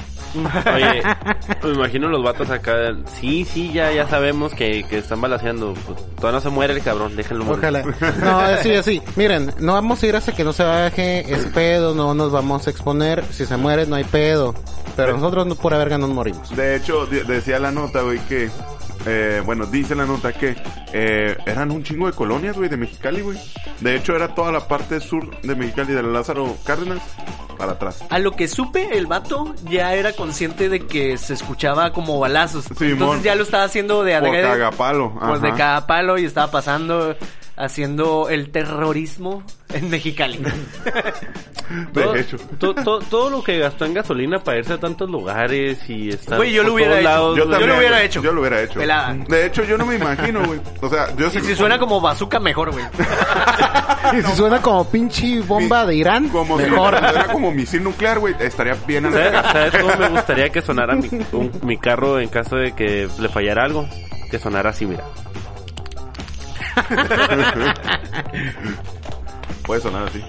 S2: Oye, me imagino los vatos acá. del- Sí, sí, ya, ya sabemos que, que están balaseando. Pues, todavía no se muere el cabrón, déjenlo morir.
S6: Ojalá. No, es sí, es sí. Miren, no vamos a ir hasta que no se baje, es pedo, no nos vamos a exponer. Si se muere, no hay pedo. Pero nosotros no, pura verga no nos morimos.
S4: De hecho, de- decía la nota, güey, que... Eh, bueno, dice la nota que eh, eran un chingo de colonias, güey, de Mexicali, güey. De hecho, era toda la parte sur de Mexicali, de Lázaro Cárdenas, para atrás.
S5: A lo que supe, el vato ya era consciente de que se escuchaba como balazos.
S4: Simón.
S5: Entonces ya lo estaba haciendo de
S4: Por
S5: adrede,
S4: cagapalo.
S5: Por de
S4: ajá.
S5: cada palo y estaba pasando, haciendo el terrorismo en Mexicali.
S4: De
S2: Todo-
S4: hecho.
S2: to- to- todo lo que gastó en gasolina para irse a tantos lugares y estar.
S5: Güey, yo
S2: por
S5: lo hubiera
S2: todos
S5: hecho.
S2: lados,
S5: Yo
S2: güey.
S5: lo hubiera
S4: güey,
S5: hecho.
S4: Yo lo hubiera hecho.
S5: Pelada.
S4: De hecho, yo no me imagino, güey. O sea, yo
S5: y si suena como bazooka, mejor, güey.
S6: Y si suena como pinche bomba de Irán,
S4: Como
S6: mejor.
S4: si era como misil nuclear, güey. Estaría bien a la
S2: ¿Sabes,
S4: verga.
S2: sabes cómo me gustaría que sonara mi, un- mi carro en caso de que le fallara algo? Que sonara así, mira.
S4: Puede sonar así.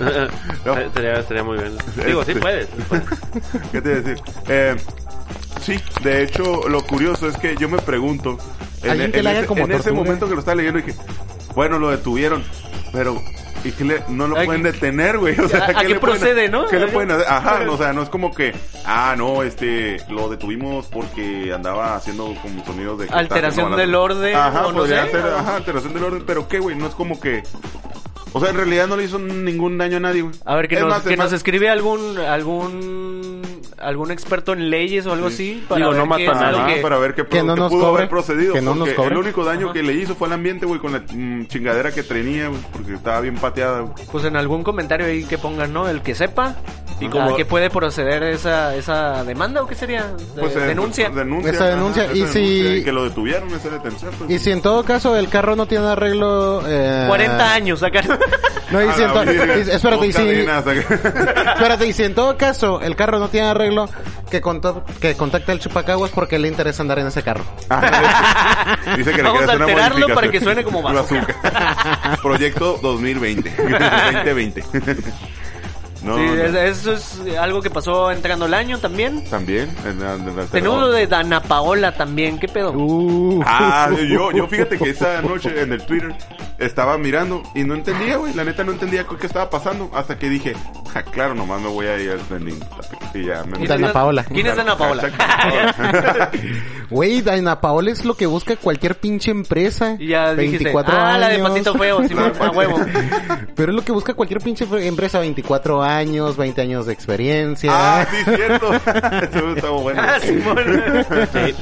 S2: Eh, Sería, sería muy bien. Digo, sí
S4: Este.
S2: puedes. sí puedes.
S4: ¿Qué te iba a decir? Eh, sí, de hecho, lo curioso es que yo me pregunto.
S6: Alguien que le haga
S4: ese-
S6: como
S4: en ese
S6: tortuga.
S4: momento que lo estaba leyendo, dije, bueno, lo detuvieron, pero. ¿Y que le, no lo
S5: Ay,
S4: pueden detener, güey? O sea,
S5: ¿a qué
S4: le pueden-
S5: procede, no?
S4: ¿Qué le pueden hacer? Ajá, o sea, no es como que, ah, no, este, lo detuvimos porque andaba haciendo como sonidos de... que estaba
S5: Alteración
S4: haciendo
S5: del
S4: balazos".
S5: orden,
S4: Ajá,
S5: o no
S4: podría
S5: sé.
S4: ser, ajá, alteración del orden, pero qué, güey, no es como que... O sea, en realidad no le hizo ningún daño a nadie, güey.
S5: A ver, que,
S4: Es
S5: nos,
S4: más,
S5: que
S4: es más-
S5: nos escribe algún, algún, algún experto en leyes o algo así. Para
S2: Digo,
S5: ver
S2: no
S5: qué
S2: mata
S5: es
S2: a
S5: lo
S2: nadie,
S5: que-
S4: para ver qué
S6: que
S4: pro-
S6: no
S4: qué
S6: nos
S4: pudo
S6: cobre,
S4: haber procedido.
S6: que no nos
S4: porque
S6: cobre.
S4: El único daño que le hizo fue al ambiente, güey, con la mm, chingadera que tenía, güey, porque estaba bien pateada, güey.
S5: Pues en algún comentario ahí que pongan, ¿no? El que sepa.
S2: Y
S5: Y
S2: como-
S5: como que puede proceder esa, esa demanda o qué sería? De-
S4: Pues, eh,
S5: denuncia.
S4: denuncia.
S6: Esa denuncia, y
S4: esa
S6: si-
S4: denuncia, y que lo detuvieron, esa detención. pues.
S6: Y si en todo caso el carro no tiene arreglo... eh,
S5: 40 años acá.
S6: No, y
S4: A
S6: si en
S4: la
S6: to-
S4: verga.
S6: y- espérate, y
S4: Dos
S6: si...
S4: cadenas acá.
S6: Espérate, y si en todo caso el carro no tiene arreglo, que, contó, que contacte al chupacaguas porque le interesa andar en ese carro.
S4: Ah, Dice que le
S5: Vamos
S4: quiere
S5: a
S4: hacer una
S5: alterarlo
S4: modificación.
S5: para que suene como bazooka.
S4: Bazooka. Proyecto 2020. 2020. No,
S5: Sí,
S4: no.
S5: es- eso es algo que pasó entrando el año también.
S4: También. en la- en la-
S5: Tenemos lo de Dana
S4: Uh,
S6: Uh.
S5: Paola también, ¿qué pedo?
S4: Ah, yo, yo fíjate que esa noche en el Twitter estaba mirando y no entendía, güey. La neta no entendía qué estaba pasando. Hasta que dije, ja, claro, nomás me voy a ir al trending. topic", Y ya me
S6: Y Dana Paola.
S5: ¿Quién es Dana Paola?
S6: Güey, Dana Paola es lo que busca cualquier pinche empresa.
S5: Y ya dijiste,
S6: 24
S5: ah, la de
S6: años".
S5: patito feo, sí, a huevo.
S6: Pero es lo que busca cualquier pinche empresa, 24 años, 20 años de experiencia.
S4: Ah, sí, cierto. Eso estaba bueno.
S5: Ah, Simón.
S2: Sí.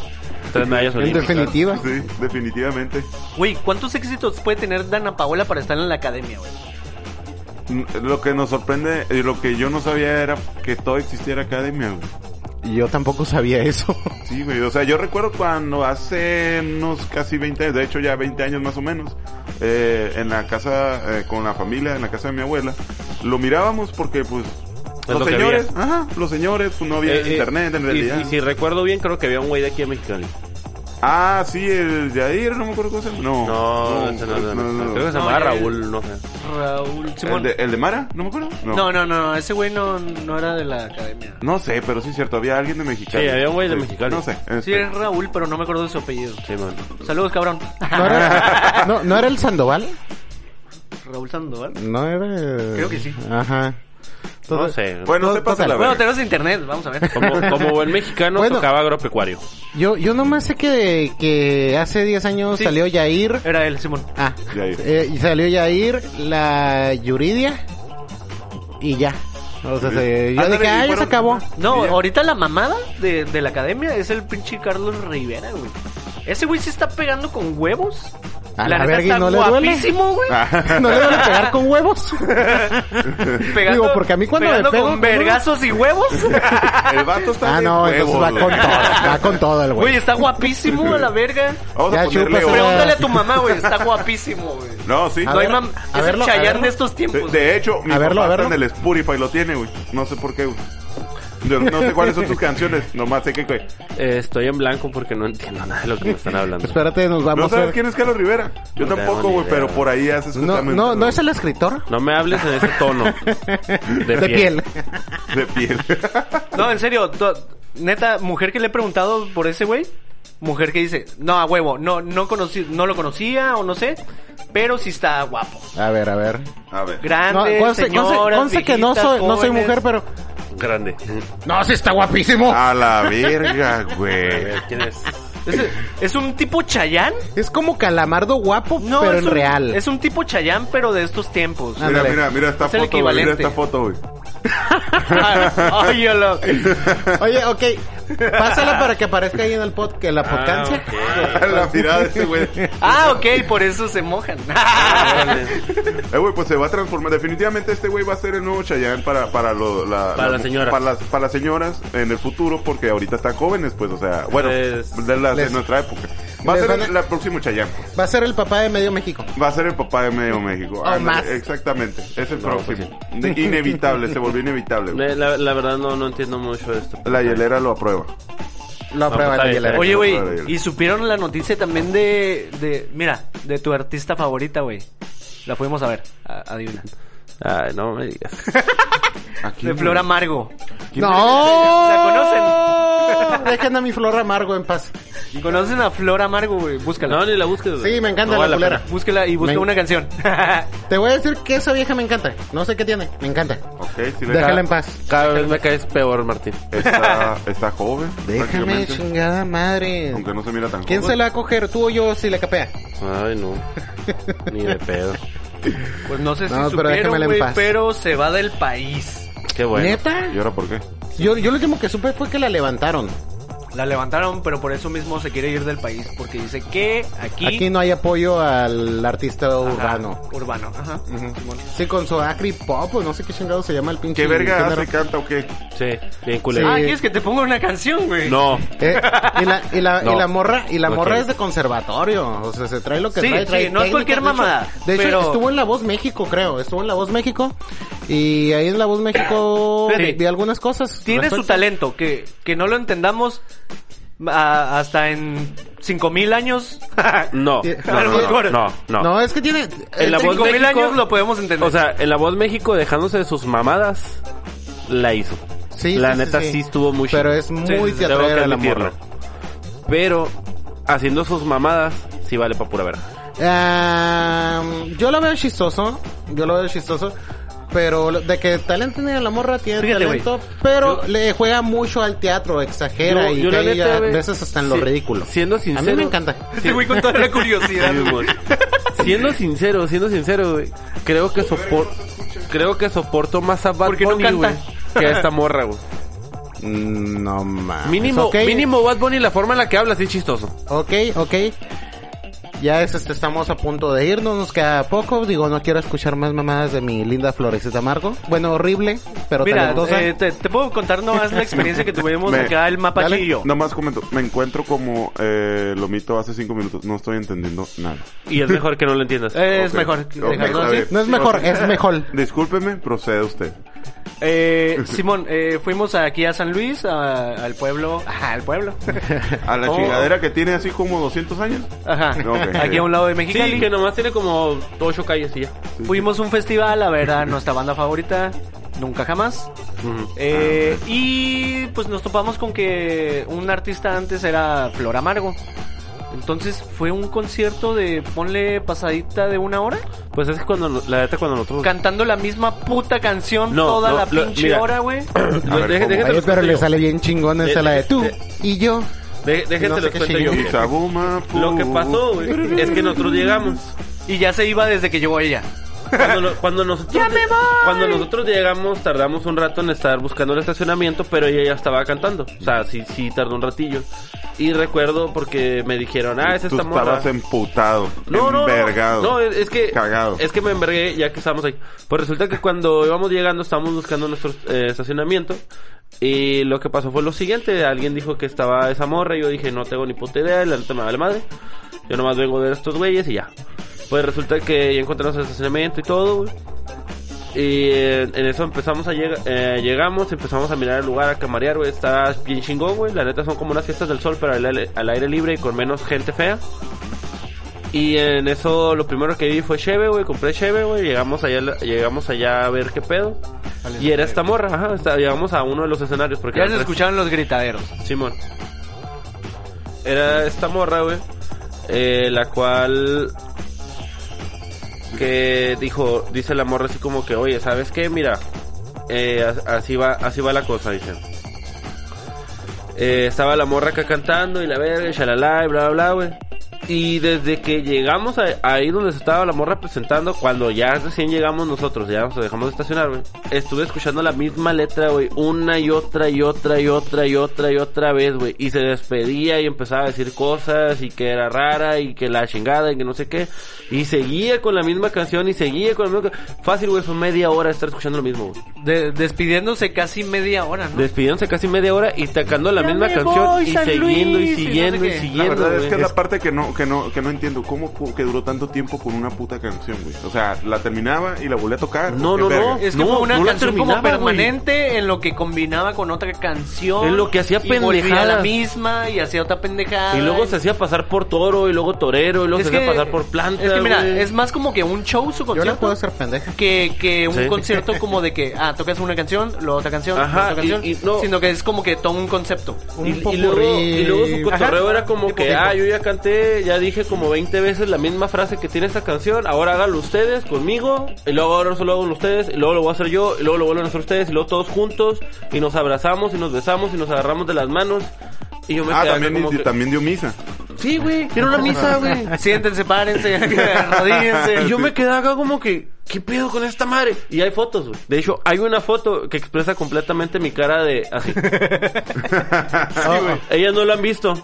S2: Tres medallas
S6: en
S2: olímpicas.
S6: definitiva.
S4: Sí, definitivamente.
S5: Güey, ¿cuántos éxitos puede tener Dana Paola para estar en la academia, güey?
S4: N- Lo que nos sorprende, y lo que yo no sabía era que todo existiera academia, güey.
S6: Y Yo tampoco sabía eso.
S4: Sí, güey. O sea, yo recuerdo cuando hace unos casi 20 años, de hecho ya 20 años más o menos, eh, en la casa, eh, con la familia, en la casa de mi abuela, lo mirábamos porque, pues,
S2: Es
S4: los
S2: lo que
S4: señores, ajá, los señores, pues no había
S2: Eh, eh,
S4: internet en
S2: y-
S4: realidad.
S2: Y, si recuerdo bien, creo que había un güey de aquí en Mexicali.
S4: Ah, sí, el Yair, no me acuerdo cómo se llama. No,
S2: No, ese no, es de Mexicali. Creo que se
S5: No,
S2: llamaba
S5: ya-
S2: Raúl, no sé.
S5: Raúl
S4: ¿El
S5: Simón.
S4: de, ¿El de Mara? No me acuerdo.
S5: No, no, no, ese güey no, no era de la academia.
S4: No sé, pero sí es cierto, había alguien de Mexicali.
S2: Sí, había un güey de
S4: Sí,
S2: Mexicali.
S4: No sé.
S5: Sí,
S4: este,
S5: es Raúl, pero no me acuerdo de su apellido.
S2: Sí, man.
S5: Saludos, cabrón.
S6: ¿No era, no, ¿no era el Sandoval?
S5: Raúl Sandoval.
S6: No era.
S5: Creo que sí.
S6: Ajá.
S2: No
S6: Entonces-
S2: sé.
S4: Bueno,
S6: No,
S4: se pasa
S6: total.
S4: la
S5: Bueno,
S4: verga.
S5: tenemos internet, vamos a ver.
S2: Como, como buen mexicano
S6: Bueno.
S2: tocaba agropecuario.
S6: Yo, yo nomás sé que, que hace 10 años
S5: Sí.
S6: salió Yair.
S5: Era él, Simón.
S6: Ah,
S4: Yair.
S6: eh, y salió Yair, la Yuridia. Y ya. O sea, se- yo
S4: Ándale,
S6: dije,
S4: y
S6: ah, ya se
S4: fueron-
S6: acabó.
S5: No,
S4: Sí, ya.
S5: ahorita la mamada de, de la academia es el pinche Carlos Rivera, güey. Ese güey se está pegando con huevos.
S6: A la
S5: neta
S6: verga, ¿y
S5: está
S6: no le duele? Ah.
S5: guapísimo, güey.
S6: No le van a pegar con huevos.
S5: Pegando-
S6: Digo, porque a mí cuando me
S5: pegando
S6: pego Este con
S5: con vergazos y huevos.
S4: El vato está
S6: Ah,
S4: de
S6: no,
S4: huevos,
S6: entonces va con
S4: güey.
S6: todo. Va con todo el
S5: Güey,
S6: güey.
S5: está guapísimo a la verga.
S4: Vamos
S6: Ya,
S4: a ponerle
S6: chúpasela.
S4: oro.
S5: Pregúntale a tu mamá, güey, está guapísimo, güey.
S4: No, sí.
S6: A
S5: No hay
S6: ver,
S5: mam-
S6: a
S5: es el
S6: verlo, a
S5: Chayanne
S6: verlo.
S5: de estos
S4: De,
S2: Pues
S5: tiempos.
S4: de hecho, mi
S6: A verlo,
S4: papá
S6: a verlo.
S4: está en el Spotify lo tiene, güey. No sé por qué, güey. Yo no sé cuáles son tus canciones, nomás sé que, güey.
S2: Eh, estoy en blanco porque no entiendo nada de lo que me están hablando.
S6: Espérate, nos
S4: ¿No
S6: vamos
S4: sabes
S6: a...
S4: quién es Carlos Rivera? Yo
S2: No
S4: tampoco,
S2: tengo ni
S4: güey,
S2: idea.
S4: pero por ahí haces
S6: No, no, no es el escritor.
S2: No me hables en ese tono. De,
S6: De piel.
S4: De piel.
S5: No, en serio, to- neta, mujer que le he preguntado por ese güey, mujer que dice, no, a huevo, no, no, conocí, no lo conocía o no sé, pero sí está guapo.
S6: A ver, a ver.
S4: A ver.
S6: No,
S5: Grande,
S6: conste- conste-
S5: señoras,
S6: conste que no
S5: viejitas,
S6: soy, no soy
S5: jóvenes.
S6: mujer, pero...
S2: Grande.
S6: No, sí está guapísimo.
S4: A la verga,
S2: A
S4: güey.
S2: ver, ¿quién es?
S5: ¿Es, es un tipo Chayán?
S6: Es como calamardo guapo,
S5: No,
S6: pero
S5: es
S6: en
S5: un-
S6: real.
S5: Es un tipo Chayán, pero de estos tiempos.
S6: Ah.
S4: Mira,
S6: Ándale.
S4: mira, mira esta
S5: Es el
S4: foto, güey. Mira
S5: equivalente.
S4: esta foto, güey.
S5: Ay, yo lo-
S6: Oye, ok. Pásala para que aparezca ahí en el pod, que la
S2: Ah,
S6: podcast.
S2: ok.
S4: la mirada de ese güey.
S5: Ah, ok, por eso se mojan.
S4: Eh, güey, pues se va a transformar. Definitivamente este güey va a ser el nuevo Chayanne para, para, lo- la-
S2: Para
S4: la-
S2: las señoras.
S4: Para las, para las señoras en el futuro, porque ahorita están jóvenes, pues, o sea, bueno,
S2: Les-
S4: de, las, de
S6: les-
S4: nuestra época. Va a
S6: les
S4: ser
S6: van a-
S4: el, la próximo Chayanne. pues.
S6: Va a ser el papá de Medio México.
S4: Va a ser el papá de Medio México.
S6: O
S4: Ándale,
S6: más.
S4: Exactamente. Es el
S2: Mm. No, pues
S4: próximo. De- Inevitable, se volvió inevitable. güey.
S2: Eh, La, la verdad no, no entiendo mucho de esto.
S4: La hielera lo aprueba.
S6: Lo aprueba
S2: pues,
S6: la
S2: ahí,
S6: hielera.
S5: Oye, güey, ¿y supieron la noticia también de, de mira, de tu artista favorita, güey? La fuimos a ver, a- adivina.
S2: Ay, no me digas.
S5: De Flor Amargo.
S6: ¡No! ¿La conocen? Dejen a mi flor amargo en paz.
S5: ¿Conocen a Flor Amargo, güey? Búscala.
S2: No, ni la busques. güey.
S6: Sí, me encanta
S2: No
S6: la
S2: vale
S6: culera.
S5: Búscala y busca
S6: Me-
S5: una canción.
S6: Te voy a decir que esa vieja me encanta. No sé qué tiene. Me encanta.
S4: Ok, sí, le-
S6: Déjala en paz.
S2: pena. Cada vez me caes peor, Martín.
S4: Está, está joven.
S6: Déjame,
S4: prácticamente,
S6: chingada madre.
S4: Aunque no se mira tan
S6: ¿Quién se
S4: joven.
S6: la va a coger? ¿Tú o yo si la capea?
S2: Ay, no. Ni de pedo.
S5: Pues no sé si
S6: No, pero
S5: supieron,
S6: déjamela en
S5: güey,
S6: paz.
S5: pero se va del país.
S2: Qué bueno.
S6: ¿Neta?
S4: ¿Y ahora por qué?
S6: Yo, yo lo último que supe fue que la levantaron.
S5: La levantaron, pero por eso mismo se quiere ir del país, porque dice que aquí...
S6: Aquí no hay apoyo al artista
S5: Ajá,
S6: urbano.
S5: Urbano, ajá.
S6: Sí, con su acri pop, o no sé qué chingado se llama el pinche.
S4: ¿Qué verga
S6: género.
S4: hace? ¿Canta o qué?
S2: Sí, bien culera.
S5: Ah,
S6: Sí.
S5: ¿quieres que te ponga una canción, güey?
S2: No.
S6: Eh, y, la, y, la,
S2: No.
S6: y la morra, y la
S2: No
S6: morra
S2: quiero.
S6: es de conservatorio. O sea, se trae lo que
S5: Sí,
S6: trae. trae
S5: sí, no es
S6: técnica.
S5: cualquier
S6: De hecho-
S5: mamada,
S6: De hecho,
S5: pero-
S6: estuvo en La Voz México, creo. Estuvo en La Voz México. Y ahí en La Voz México
S5: Fíjate.
S6: vi algunas cosas.
S5: Tiene
S6: respecto.
S5: su talento, que, que no lo entendamos a- hasta en 5000 años.
S2: No.
S6: Eh,
S2: No, no, no, no, no.
S6: No, es que tiene.
S2: En La
S5: En
S2: Voz
S5: 5000
S2: México-
S5: años lo podemos entender.
S2: O sea, en La Voz México, dejándose de sus mamadas, la hizo.
S6: Sí,
S2: La
S6: sí, sí,
S2: neta
S6: sí.
S2: sí, estuvo muy
S6: Pero
S2: chida.
S6: es muy
S2: Sí,
S6: teatral
S2: tengo que
S6: la morra.
S2: admitirlo. Pero, haciendo sus mamadas, sí vale pa' pura verga.
S6: Ah, yo lo veo chistoso. Yo lo veo chistoso. Pero de que talento tiene la morra, tiene
S5: Fíjate, güey.
S6: talento. Pero le juega mucho al teatro, exagera y
S2: la
S6: cae
S2: neta,
S6: a
S2: güey,
S6: veces hasta en lo
S2: si-
S6: ridículo.
S2: Siendo
S6: a
S2: sincero.
S6: mí me encanta.
S5: Este güey con toda la curiosidad. güey.
S2: Siendo sincero, siendo sincero, güey. Creo que soporto. Creo que soporto más a Bad
S5: Porque no
S2: Bunny,
S5: canta.
S2: güey. Que a esta morra, güey.
S6: Mm, No mames.
S2: Mínimo,
S6: Ok,
S2: mínimo Bad Bunny, la forma en la que habla, sí es chistoso.
S6: Ok, ok. Ya es, este, estamos a punto de irnos, nos queda poco. Digo, no quiero escuchar más mamadas de mi linda florecita Margo. Bueno, horrible, pero
S5: Mira,
S6: talentosa.
S5: eh, te, te puedo contar nomás la experiencia que tuvimos
S4: Me-
S5: acá, el mapa
S6: dale.
S5: chillo.
S4: Nomás comento, me encuentro como eh, lo mito hace cinco minutos, no estoy entendiendo nada.
S2: Y es mejor que no lo entiendas.
S5: Es
S4: Ok,
S5: mejor
S4: ok,
S5: dejarlo
S4: está
S5: así.
S4: bien.
S6: No es mejor, es mejor.
S4: Discúlpeme, procede usted.
S5: Eh, Simón, eh, fuimos aquí a San Luis, a- al pueblo. Ajá, al pueblo.
S4: A la
S5: Oh.
S4: chingadera que tiene así como 200 años.
S5: Ajá.
S4: Ok.
S5: Aquí a un lado de
S2: Sí,
S5: Mexicali.
S2: que nomás tiene como ocho calles y ya.
S5: Fuimos a un festival a ver a nuestra banda favorita, Nunca Jamás. Eh, y pues nos topamos con que un artista antes era Flor Amargo. Entonces fue un concierto de ponle pasadita de una hora,
S2: Pues es que cuando, lo- la neta, cuando nosotros.
S5: cantando la misma puta canción
S2: No,
S5: toda
S2: no,
S5: la
S2: lo-
S5: pinche
S2: mira.
S5: hora, güey.
S2: Lo-
S4: ver,
S2: deje-
S4: ¿cómo?
S2: déjate
S6: Ay,
S2: los
S6: pero
S2: cuento
S6: le
S2: yo.
S6: sale bien chingón esa
S2: Eh,
S6: la de
S2: eh,
S6: tú
S2: eh.
S6: y yo.
S2: Dé- déjense
S6: No sé
S2: los
S6: qué
S2: cuento yo.
S6: chingón.
S4: Isabuma, pu-
S2: Lo que pasó, güey, es que nosotros llegamos.
S5: Y ya se iba desde que llegó ella.
S2: Cuando, lo- cuando nosotros, cuando nosotros llegamos, tardamos un rato en estar buscando el estacionamiento, pero ella ya estaba cantando. O sea, sí, sí, tardó un ratillo. Y recuerdo porque me dijeron, ah, es
S4: Tú
S2: esta morra.
S4: estabas emputado, envergado,
S2: No, es es que.
S4: cagado.
S2: Es que me envergué ya que estábamos ahí. Pues resulta que cuando íbamos llegando, estábamos buscando nuestro eh, estacionamiento. Y lo que pasó fue lo siguiente: alguien dijo que estaba esa morra. Y yo dije, no tengo ni puta idea, la neta me vale madre. Yo nomás vengo a ver a estos güeyes y ya. Pues resulta que ya encontramos el estacionamiento y todo, güey. Y eh, en eso empezamos a llegar, eh, llegamos, empezamos a mirar el lugar, a camarear, güey. Está bien chingón, güey. La neta son como unas fiestas del sol, pero al, aire- al aire libre y con menos gente fea. Y en eso lo primero que vi fue Cheve, güey. Compré Cheve, güey. Llegamos allá, llegamos allá a ver qué pedo. Y era esta morra, ajá. está- llegamos a uno de los escenarios porque...
S5: Ya
S2: eran
S5: se
S2: tres.
S5: escucharon los gritaderos.
S2: Simón. Era esta morra, güey. eh, la cual. Que dijo, dice la morra así como que, oye, ¿sabes qué? Mira, eh, as- así va, así va la cosa, dice. Eh, estaba la morra acá cantando y la verga, y shalala, y bla, bla, bla, güey. Y desde que llegamos a- ahí donde se estaba la morra presentando, cuando ya recién llegamos nosotros, ya nos dejamos de estacionar, güey. Estuve escuchando la misma letra, güey, una y otra y otra y otra y otra y otra vez, güey. Y se despedía y empezaba a decir cosas y que era rara y que la chingada y que no sé qué. Y seguía con la misma canción y seguía con la misma... ca- Fácil, güey, fue media hora de estar escuchando lo mismo, güey.
S5: De- despidiéndose casi media hora, ¿no?
S2: Despidiéndose casi media hora y sacando la
S5: Ya
S2: misma
S5: me
S2: canción
S5: voy,
S2: y
S5: San
S2: siguiendo
S5: Luis, y
S2: y siguiendo
S5: no
S2: y
S5: sé qué.
S4: La
S2: siguiendo.
S4: verdad es que es
S2: güey.
S4: la parte que no, que no, que no entiendo. ¿Cómo cu- que duró tanto tiempo con una puta canción, güey? O sea, la terminaba y la volví a tocar.
S2: No,
S4: ¿Qué
S2: no,
S4: verga?
S2: no.
S5: Es que fue una
S2: no la
S5: canción como
S2: terminaba, güey.
S5: permanente en lo que combinaba con otra canción.
S2: En lo que hacía
S5: y volvía a la
S2: pendejadas.
S5: misma y hacía otra pendejada.
S2: Y luego se hacía pasar por toro, y luego torero, y luego se hacía pasar por planta.
S5: Es que mira,
S2: güey.
S5: es más como que un show su
S6: Yo le
S5: concierto.
S6: puedo hacer pendeja.
S5: Que, que un
S2: Sí.
S5: concierto como de que, ah, tocas una canción, luego otra canción,
S2: Ajá,
S5: luego otra
S2: y-
S5: canción.
S2: y no.
S5: Sino que es como que todo un concepto.
S6: Un
S2: Y, y
S6: popurrí.
S2: luego, y luego su cotorreo
S5: Ajá.
S2: era como que,
S5: Tipo,
S2: ah,
S5: tipo.
S2: yo ya canté, ya dije como 20 veces la misma frase que tiene esta canción, ahora háganlo ustedes conmigo, y luego ahora solo hagan ustedes, y luego lo voy a hacer yo, y luego lo vuelven a hacer ustedes, y luego todos juntos, y nos abrazamos, y nos besamos, y nos agarramos de las manos. Y yo me
S4: Ah,
S2: quedé acá
S4: también,
S2: como
S4: y-
S2: que-
S4: también dio misa.
S2: Sí, güey, era una misa, güey.
S5: Siéntense, párense, arrodíllense.
S2: Y yo me quedaba acá como que, ¿qué pedo con esta madre? Y hay fotos, güey. De hecho, hay una foto que expresa completamente mi cara de así. Ah, Ellas no lo han visto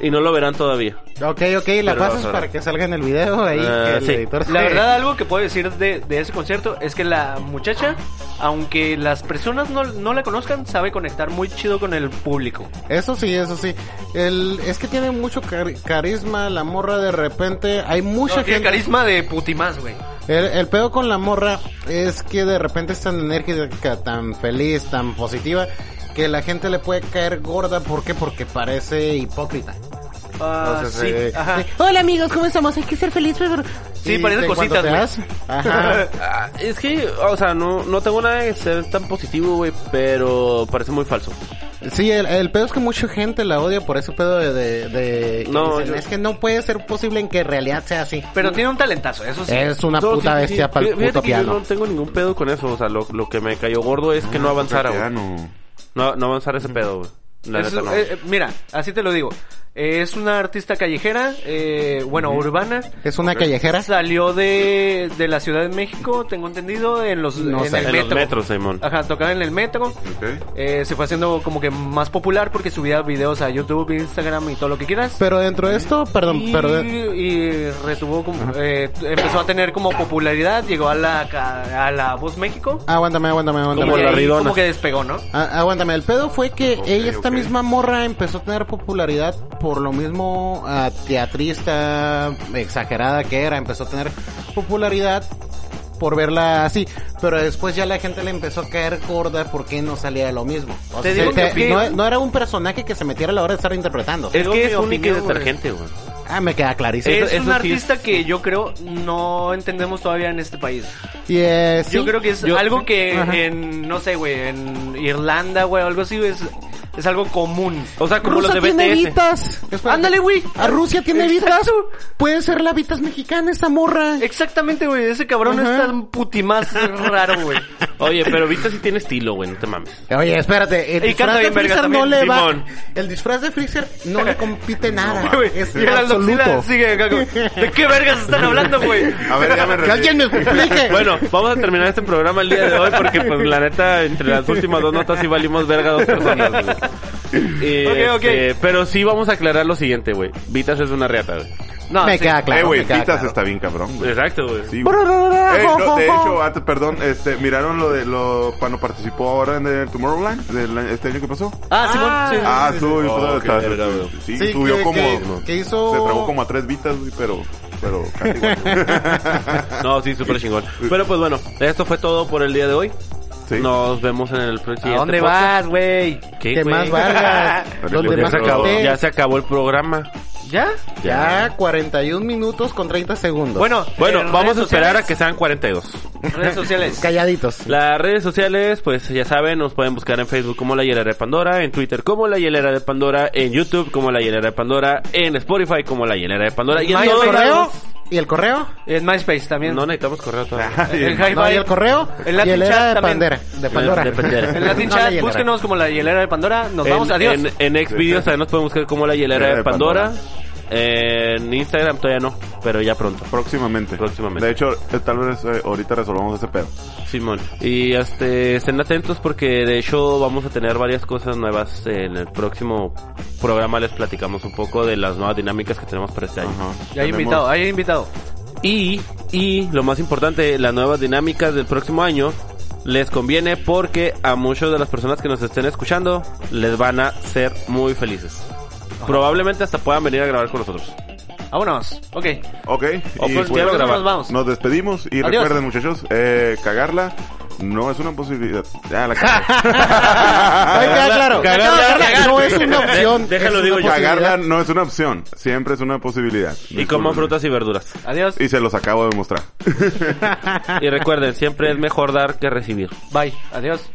S2: y no lo verán todavía.
S6: Ok, ok, la
S2: Pero,
S6: pasas
S2: pero-
S6: para que salga en el video ahí.
S2: Ah,
S6: que el
S2: sí.
S6: editor
S5: La
S6: se-
S5: verdad, algo que puedo decir de, de ese concierto es que la muchacha, aunque las personas no, no la conozcan, sabe conectar muy chido con el público.
S6: Eso sí, eso sí. El, es que tiene mucho cari- carisma la morra de repente. Hay mucha
S5: No, tiene
S6: gente.
S5: carisma de putimás, güey.
S6: El, el pedo con la morra es que de repente es tan enérgica, tan feliz, tan positiva, que la gente le puede caer gorda. ¿Por qué? Porque parece hipócrita.
S5: Ah,
S6: Entonces,
S5: sí,
S6: eh,
S5: ajá.
S6: sí, Hola amigos, ¿cómo estamos? Hay que ser felices. pero-".
S5: Sí,
S6: Y
S5: parece
S6: de cuando
S5: cositas,
S6: te
S5: güey.
S6: das- Ajá.
S2: Ah, es que, o sea, no, no tengo nada de ser tan positivo, güey, pero parece muy falso.
S6: Sí, el, el pedo es que mucha gente la odia por ese pedo de... de- de- que
S2: No,
S6: dicen,
S2: yo-
S6: Es que no puede ser posible en que en realidad sea así.
S5: Pero tiene un talentazo, eso sí.
S6: Es una puta bestia para el
S2: Fíjate
S6: puto
S2: que yo
S6: piano.
S2: no tengo ningún pedo con eso. O sea, lo, lo que me cayó gordo es que no avanzara,
S4: Ya
S2: güey.
S4: no.
S2: No, no avanzara ese pedo, güey. La
S5: Es-
S2: neta, no.
S5: eh, eh, mira, así te lo digo. Eh, es una artista callejera, eh, bueno, urbana.
S6: Es una callejera.
S5: Salió de, de la Ciudad de México, tengo entendido, en los
S6: No
S5: en
S6: sé.
S5: el
S2: en
S5: metro.
S2: los metros, Simón.
S5: Ajá, tocaba en el metro.
S4: Ok.
S5: Eh, se fue haciendo como que más popular porque subía videos a YouTube, Instagram y todo lo que quieras.
S6: Pero dentro de esto, perdón,
S5: y,
S6: perdón.
S5: y retuvo como, eh, empezó a tener como popularidad, llegó a la, ca- a la Voz México.
S6: Aguántame, aguántame, aguántame.
S2: Ah, Como
S5: y
S2: la
S5: ahí
S2: Ridona.
S5: Como que despegó, ¿no?
S6: A- Ah, aguántame, el pedo fue que
S4: Ok,
S6: ella, esta
S4: ok.
S6: misma morra, empezó a tener popularidad por lo mismo ah, teatrista exagerada que era, empezó a tener popularidad por verla así, pero después ya la gente le empezó a caer gorda porque no salía de lo mismo. O
S5: Te
S6: sea,
S5: digo
S6: se-
S5: que-
S6: no, no era un personaje que se metiera a la hora de estar interpretando.
S2: Es
S5: Digo
S2: que
S5: mi
S2: es única y
S5: opinión, güey.
S2: detergente, güey.
S6: Ah, me queda clarísimo.
S2: Eso-
S5: es
S2: eso
S5: un
S2: sí es-
S5: artista que yo creo no entendemos todavía en este país.
S6: Y, eh,
S5: Yo
S6: sí,
S5: creo que es
S2: yo-
S5: algo que eh,
S6: Ajá.
S5: en, no sé, güey, en Irlanda, güey, o algo así, es, es algo común.
S2: O sea, como
S6: Rusia
S2: los de
S6: tiene
S2: BTS.
S6: vitas.
S5: Ándale, güey.
S6: A Rusia tiene vitas. Puede ser la vitas mexicana esa morra.
S5: Exactamente, güey, ese cabrón
S6: Ajá.
S5: es tan putimás raro, güey.
S2: Oye, pero Vita sí tiene estilo, güey. No te mames.
S6: Oye, espérate, el
S5: Y
S6: disfraz
S5: canta
S6: de
S5: bien verga
S6: Freezer no
S5: también,
S6: le va.
S2: Simón.
S6: El disfraz de Freezer no le compite nada.
S5: Güey,
S6: Ah, es
S5: y el Aldoxila
S6: absoluto.
S5: sigue acá, güey. ¿De qué vergas están hablando, güey?
S4: A ver, ya me
S6: Que alguien me explique.
S2: Bueno, vamos a terminar este programa el día de hoy porque, pues, la neta, entre las últimas dos notas sí valimos verga dos personas, güey. Y,
S5: Ok, ok.
S2: este, Pero sí vamos a aclarar lo siguiente, güey. Vitas es una reata, güey.
S5: No,
S6: me
S5: ah, sí.
S6: queda claro.
S4: eh, güey,
S6: me queda
S4: Pitas
S6: claro.
S4: está bien cabrón, güey.
S2: Exacto, güey.
S4: Sí, güey. Eh, no, de hecho, antes, perdón, este, miraron lo de lo cuando participó ahora en el Tomorrowland del a- este año que pasó.
S5: Ah, Simón, sí, sí,
S4: Ah,
S6: sí, sí.
S4: subió,
S2: Oh,
S4: o sea,
S2: qué verga,
S4: sí,
S2: güey.
S4: sí,
S6: Sí,
S4: subió
S6: que-
S4: como,
S6: que- que hizo-
S4: se tragó como a tres vitas, güey, pero, pero casi igual, güey.
S2: No, sí, súper chingón. Pero pues bueno, esto fue todo por el día de hoy.
S4: Sí.
S2: Nos vemos en el
S5: ¿A
S2: próximo.
S5: dónde vas, güey?
S2: ¿Qué,
S6: Que
S2: güey?
S6: más valgas.
S4: Dale,
S6: donde
S4: güey,
S2: Ya
S6: más
S2: se, acabó,
S6: estés.
S2: ya se acabó el programa.
S5: ¿Ya?
S6: Ya 41 minutos con 30 segundos.
S5: Bueno,
S2: Bueno,
S5: eh,
S2: vamos a
S5: redes
S2: esperar a que
S5: sociales.
S2: sean 42.
S5: Redes sociales.
S6: calladitos.
S2: Las redes sociales, pues ya saben, nos pueden buscar en Facebook como La Hielera de Pandora, en Twitter como La Hielera de Pandora, en YouTube como La Hielera de Pandora, en Spotify como La Hielera de Pandora. Y en
S5: Maya
S2: todo
S5: Correo.
S2: lado-
S6: ¿Y el correo?
S5: En MySpace también.
S2: No necesitamos correo todavía.
S5: el
S4: Bien.
S5: hi-fi.
S6: No, ¿y el correo?
S5: El Latin
S6: y el
S5: Chat
S6: era de
S5: también.
S6: Pandora. De Pandora.
S2: De Pandora.
S5: En Latin
S6: No, la
S5: Chat,
S6: hielera.
S5: búsquenos como la hielera de Pandora. Nos vamos,
S2: en,
S5: adiós.
S2: en, en Xvideos también nos pueden buscar como La Hielera de Pandora. En Instagram todavía no, pero ya pronto.
S4: Próximamente.
S2: Próximamente.
S4: De hecho, eh, tal vez eh, ahorita resolvamos ese pedo.
S2: Simón. Y este, estén atentos porque de hecho vamos a tener varias cosas nuevas. En el próximo programa les platicamos un poco de las nuevas dinámicas que tenemos para este año.
S4: Ajá.
S5: Ya hay
S4: Tenemos-
S5: invitado, ¿eh? hay invitado.
S2: Y, y lo más importante, las nuevas dinámicas del próximo año les conviene porque a muchas de las personas que nos estén escuchando les van a ser muy felices. Probablemente hasta puedan venir a grabar con nosotros.
S5: Vámonos. Ok.
S4: Ok.
S2: O
S4: y
S2: pues,
S4: pues,
S2: ya lo
S5: Nos
S2: grabar.
S5: vamos.
S4: nos despedimos y
S5: Adiós.
S4: recuerden, muchachos, eh, cagarla no es una posibilidad. Ya la cagué.
S6: Ahí Ah, queda claro.
S2: Cagarla.
S6: no es una opción.
S2: De- déjalo,
S6: es
S2: digo
S6: una
S2: yo.
S4: Cagarla
S6: posibilidad.
S4: no es una opción, siempre es una posibilidad.
S2: Y coman
S4: Disculpen.
S2: frutas y verduras.
S5: Adiós.
S4: Y se los acabo de mostrar.
S2: Y recuerden, siempre es mejor dar que recibir.
S5: Bye. Adiós.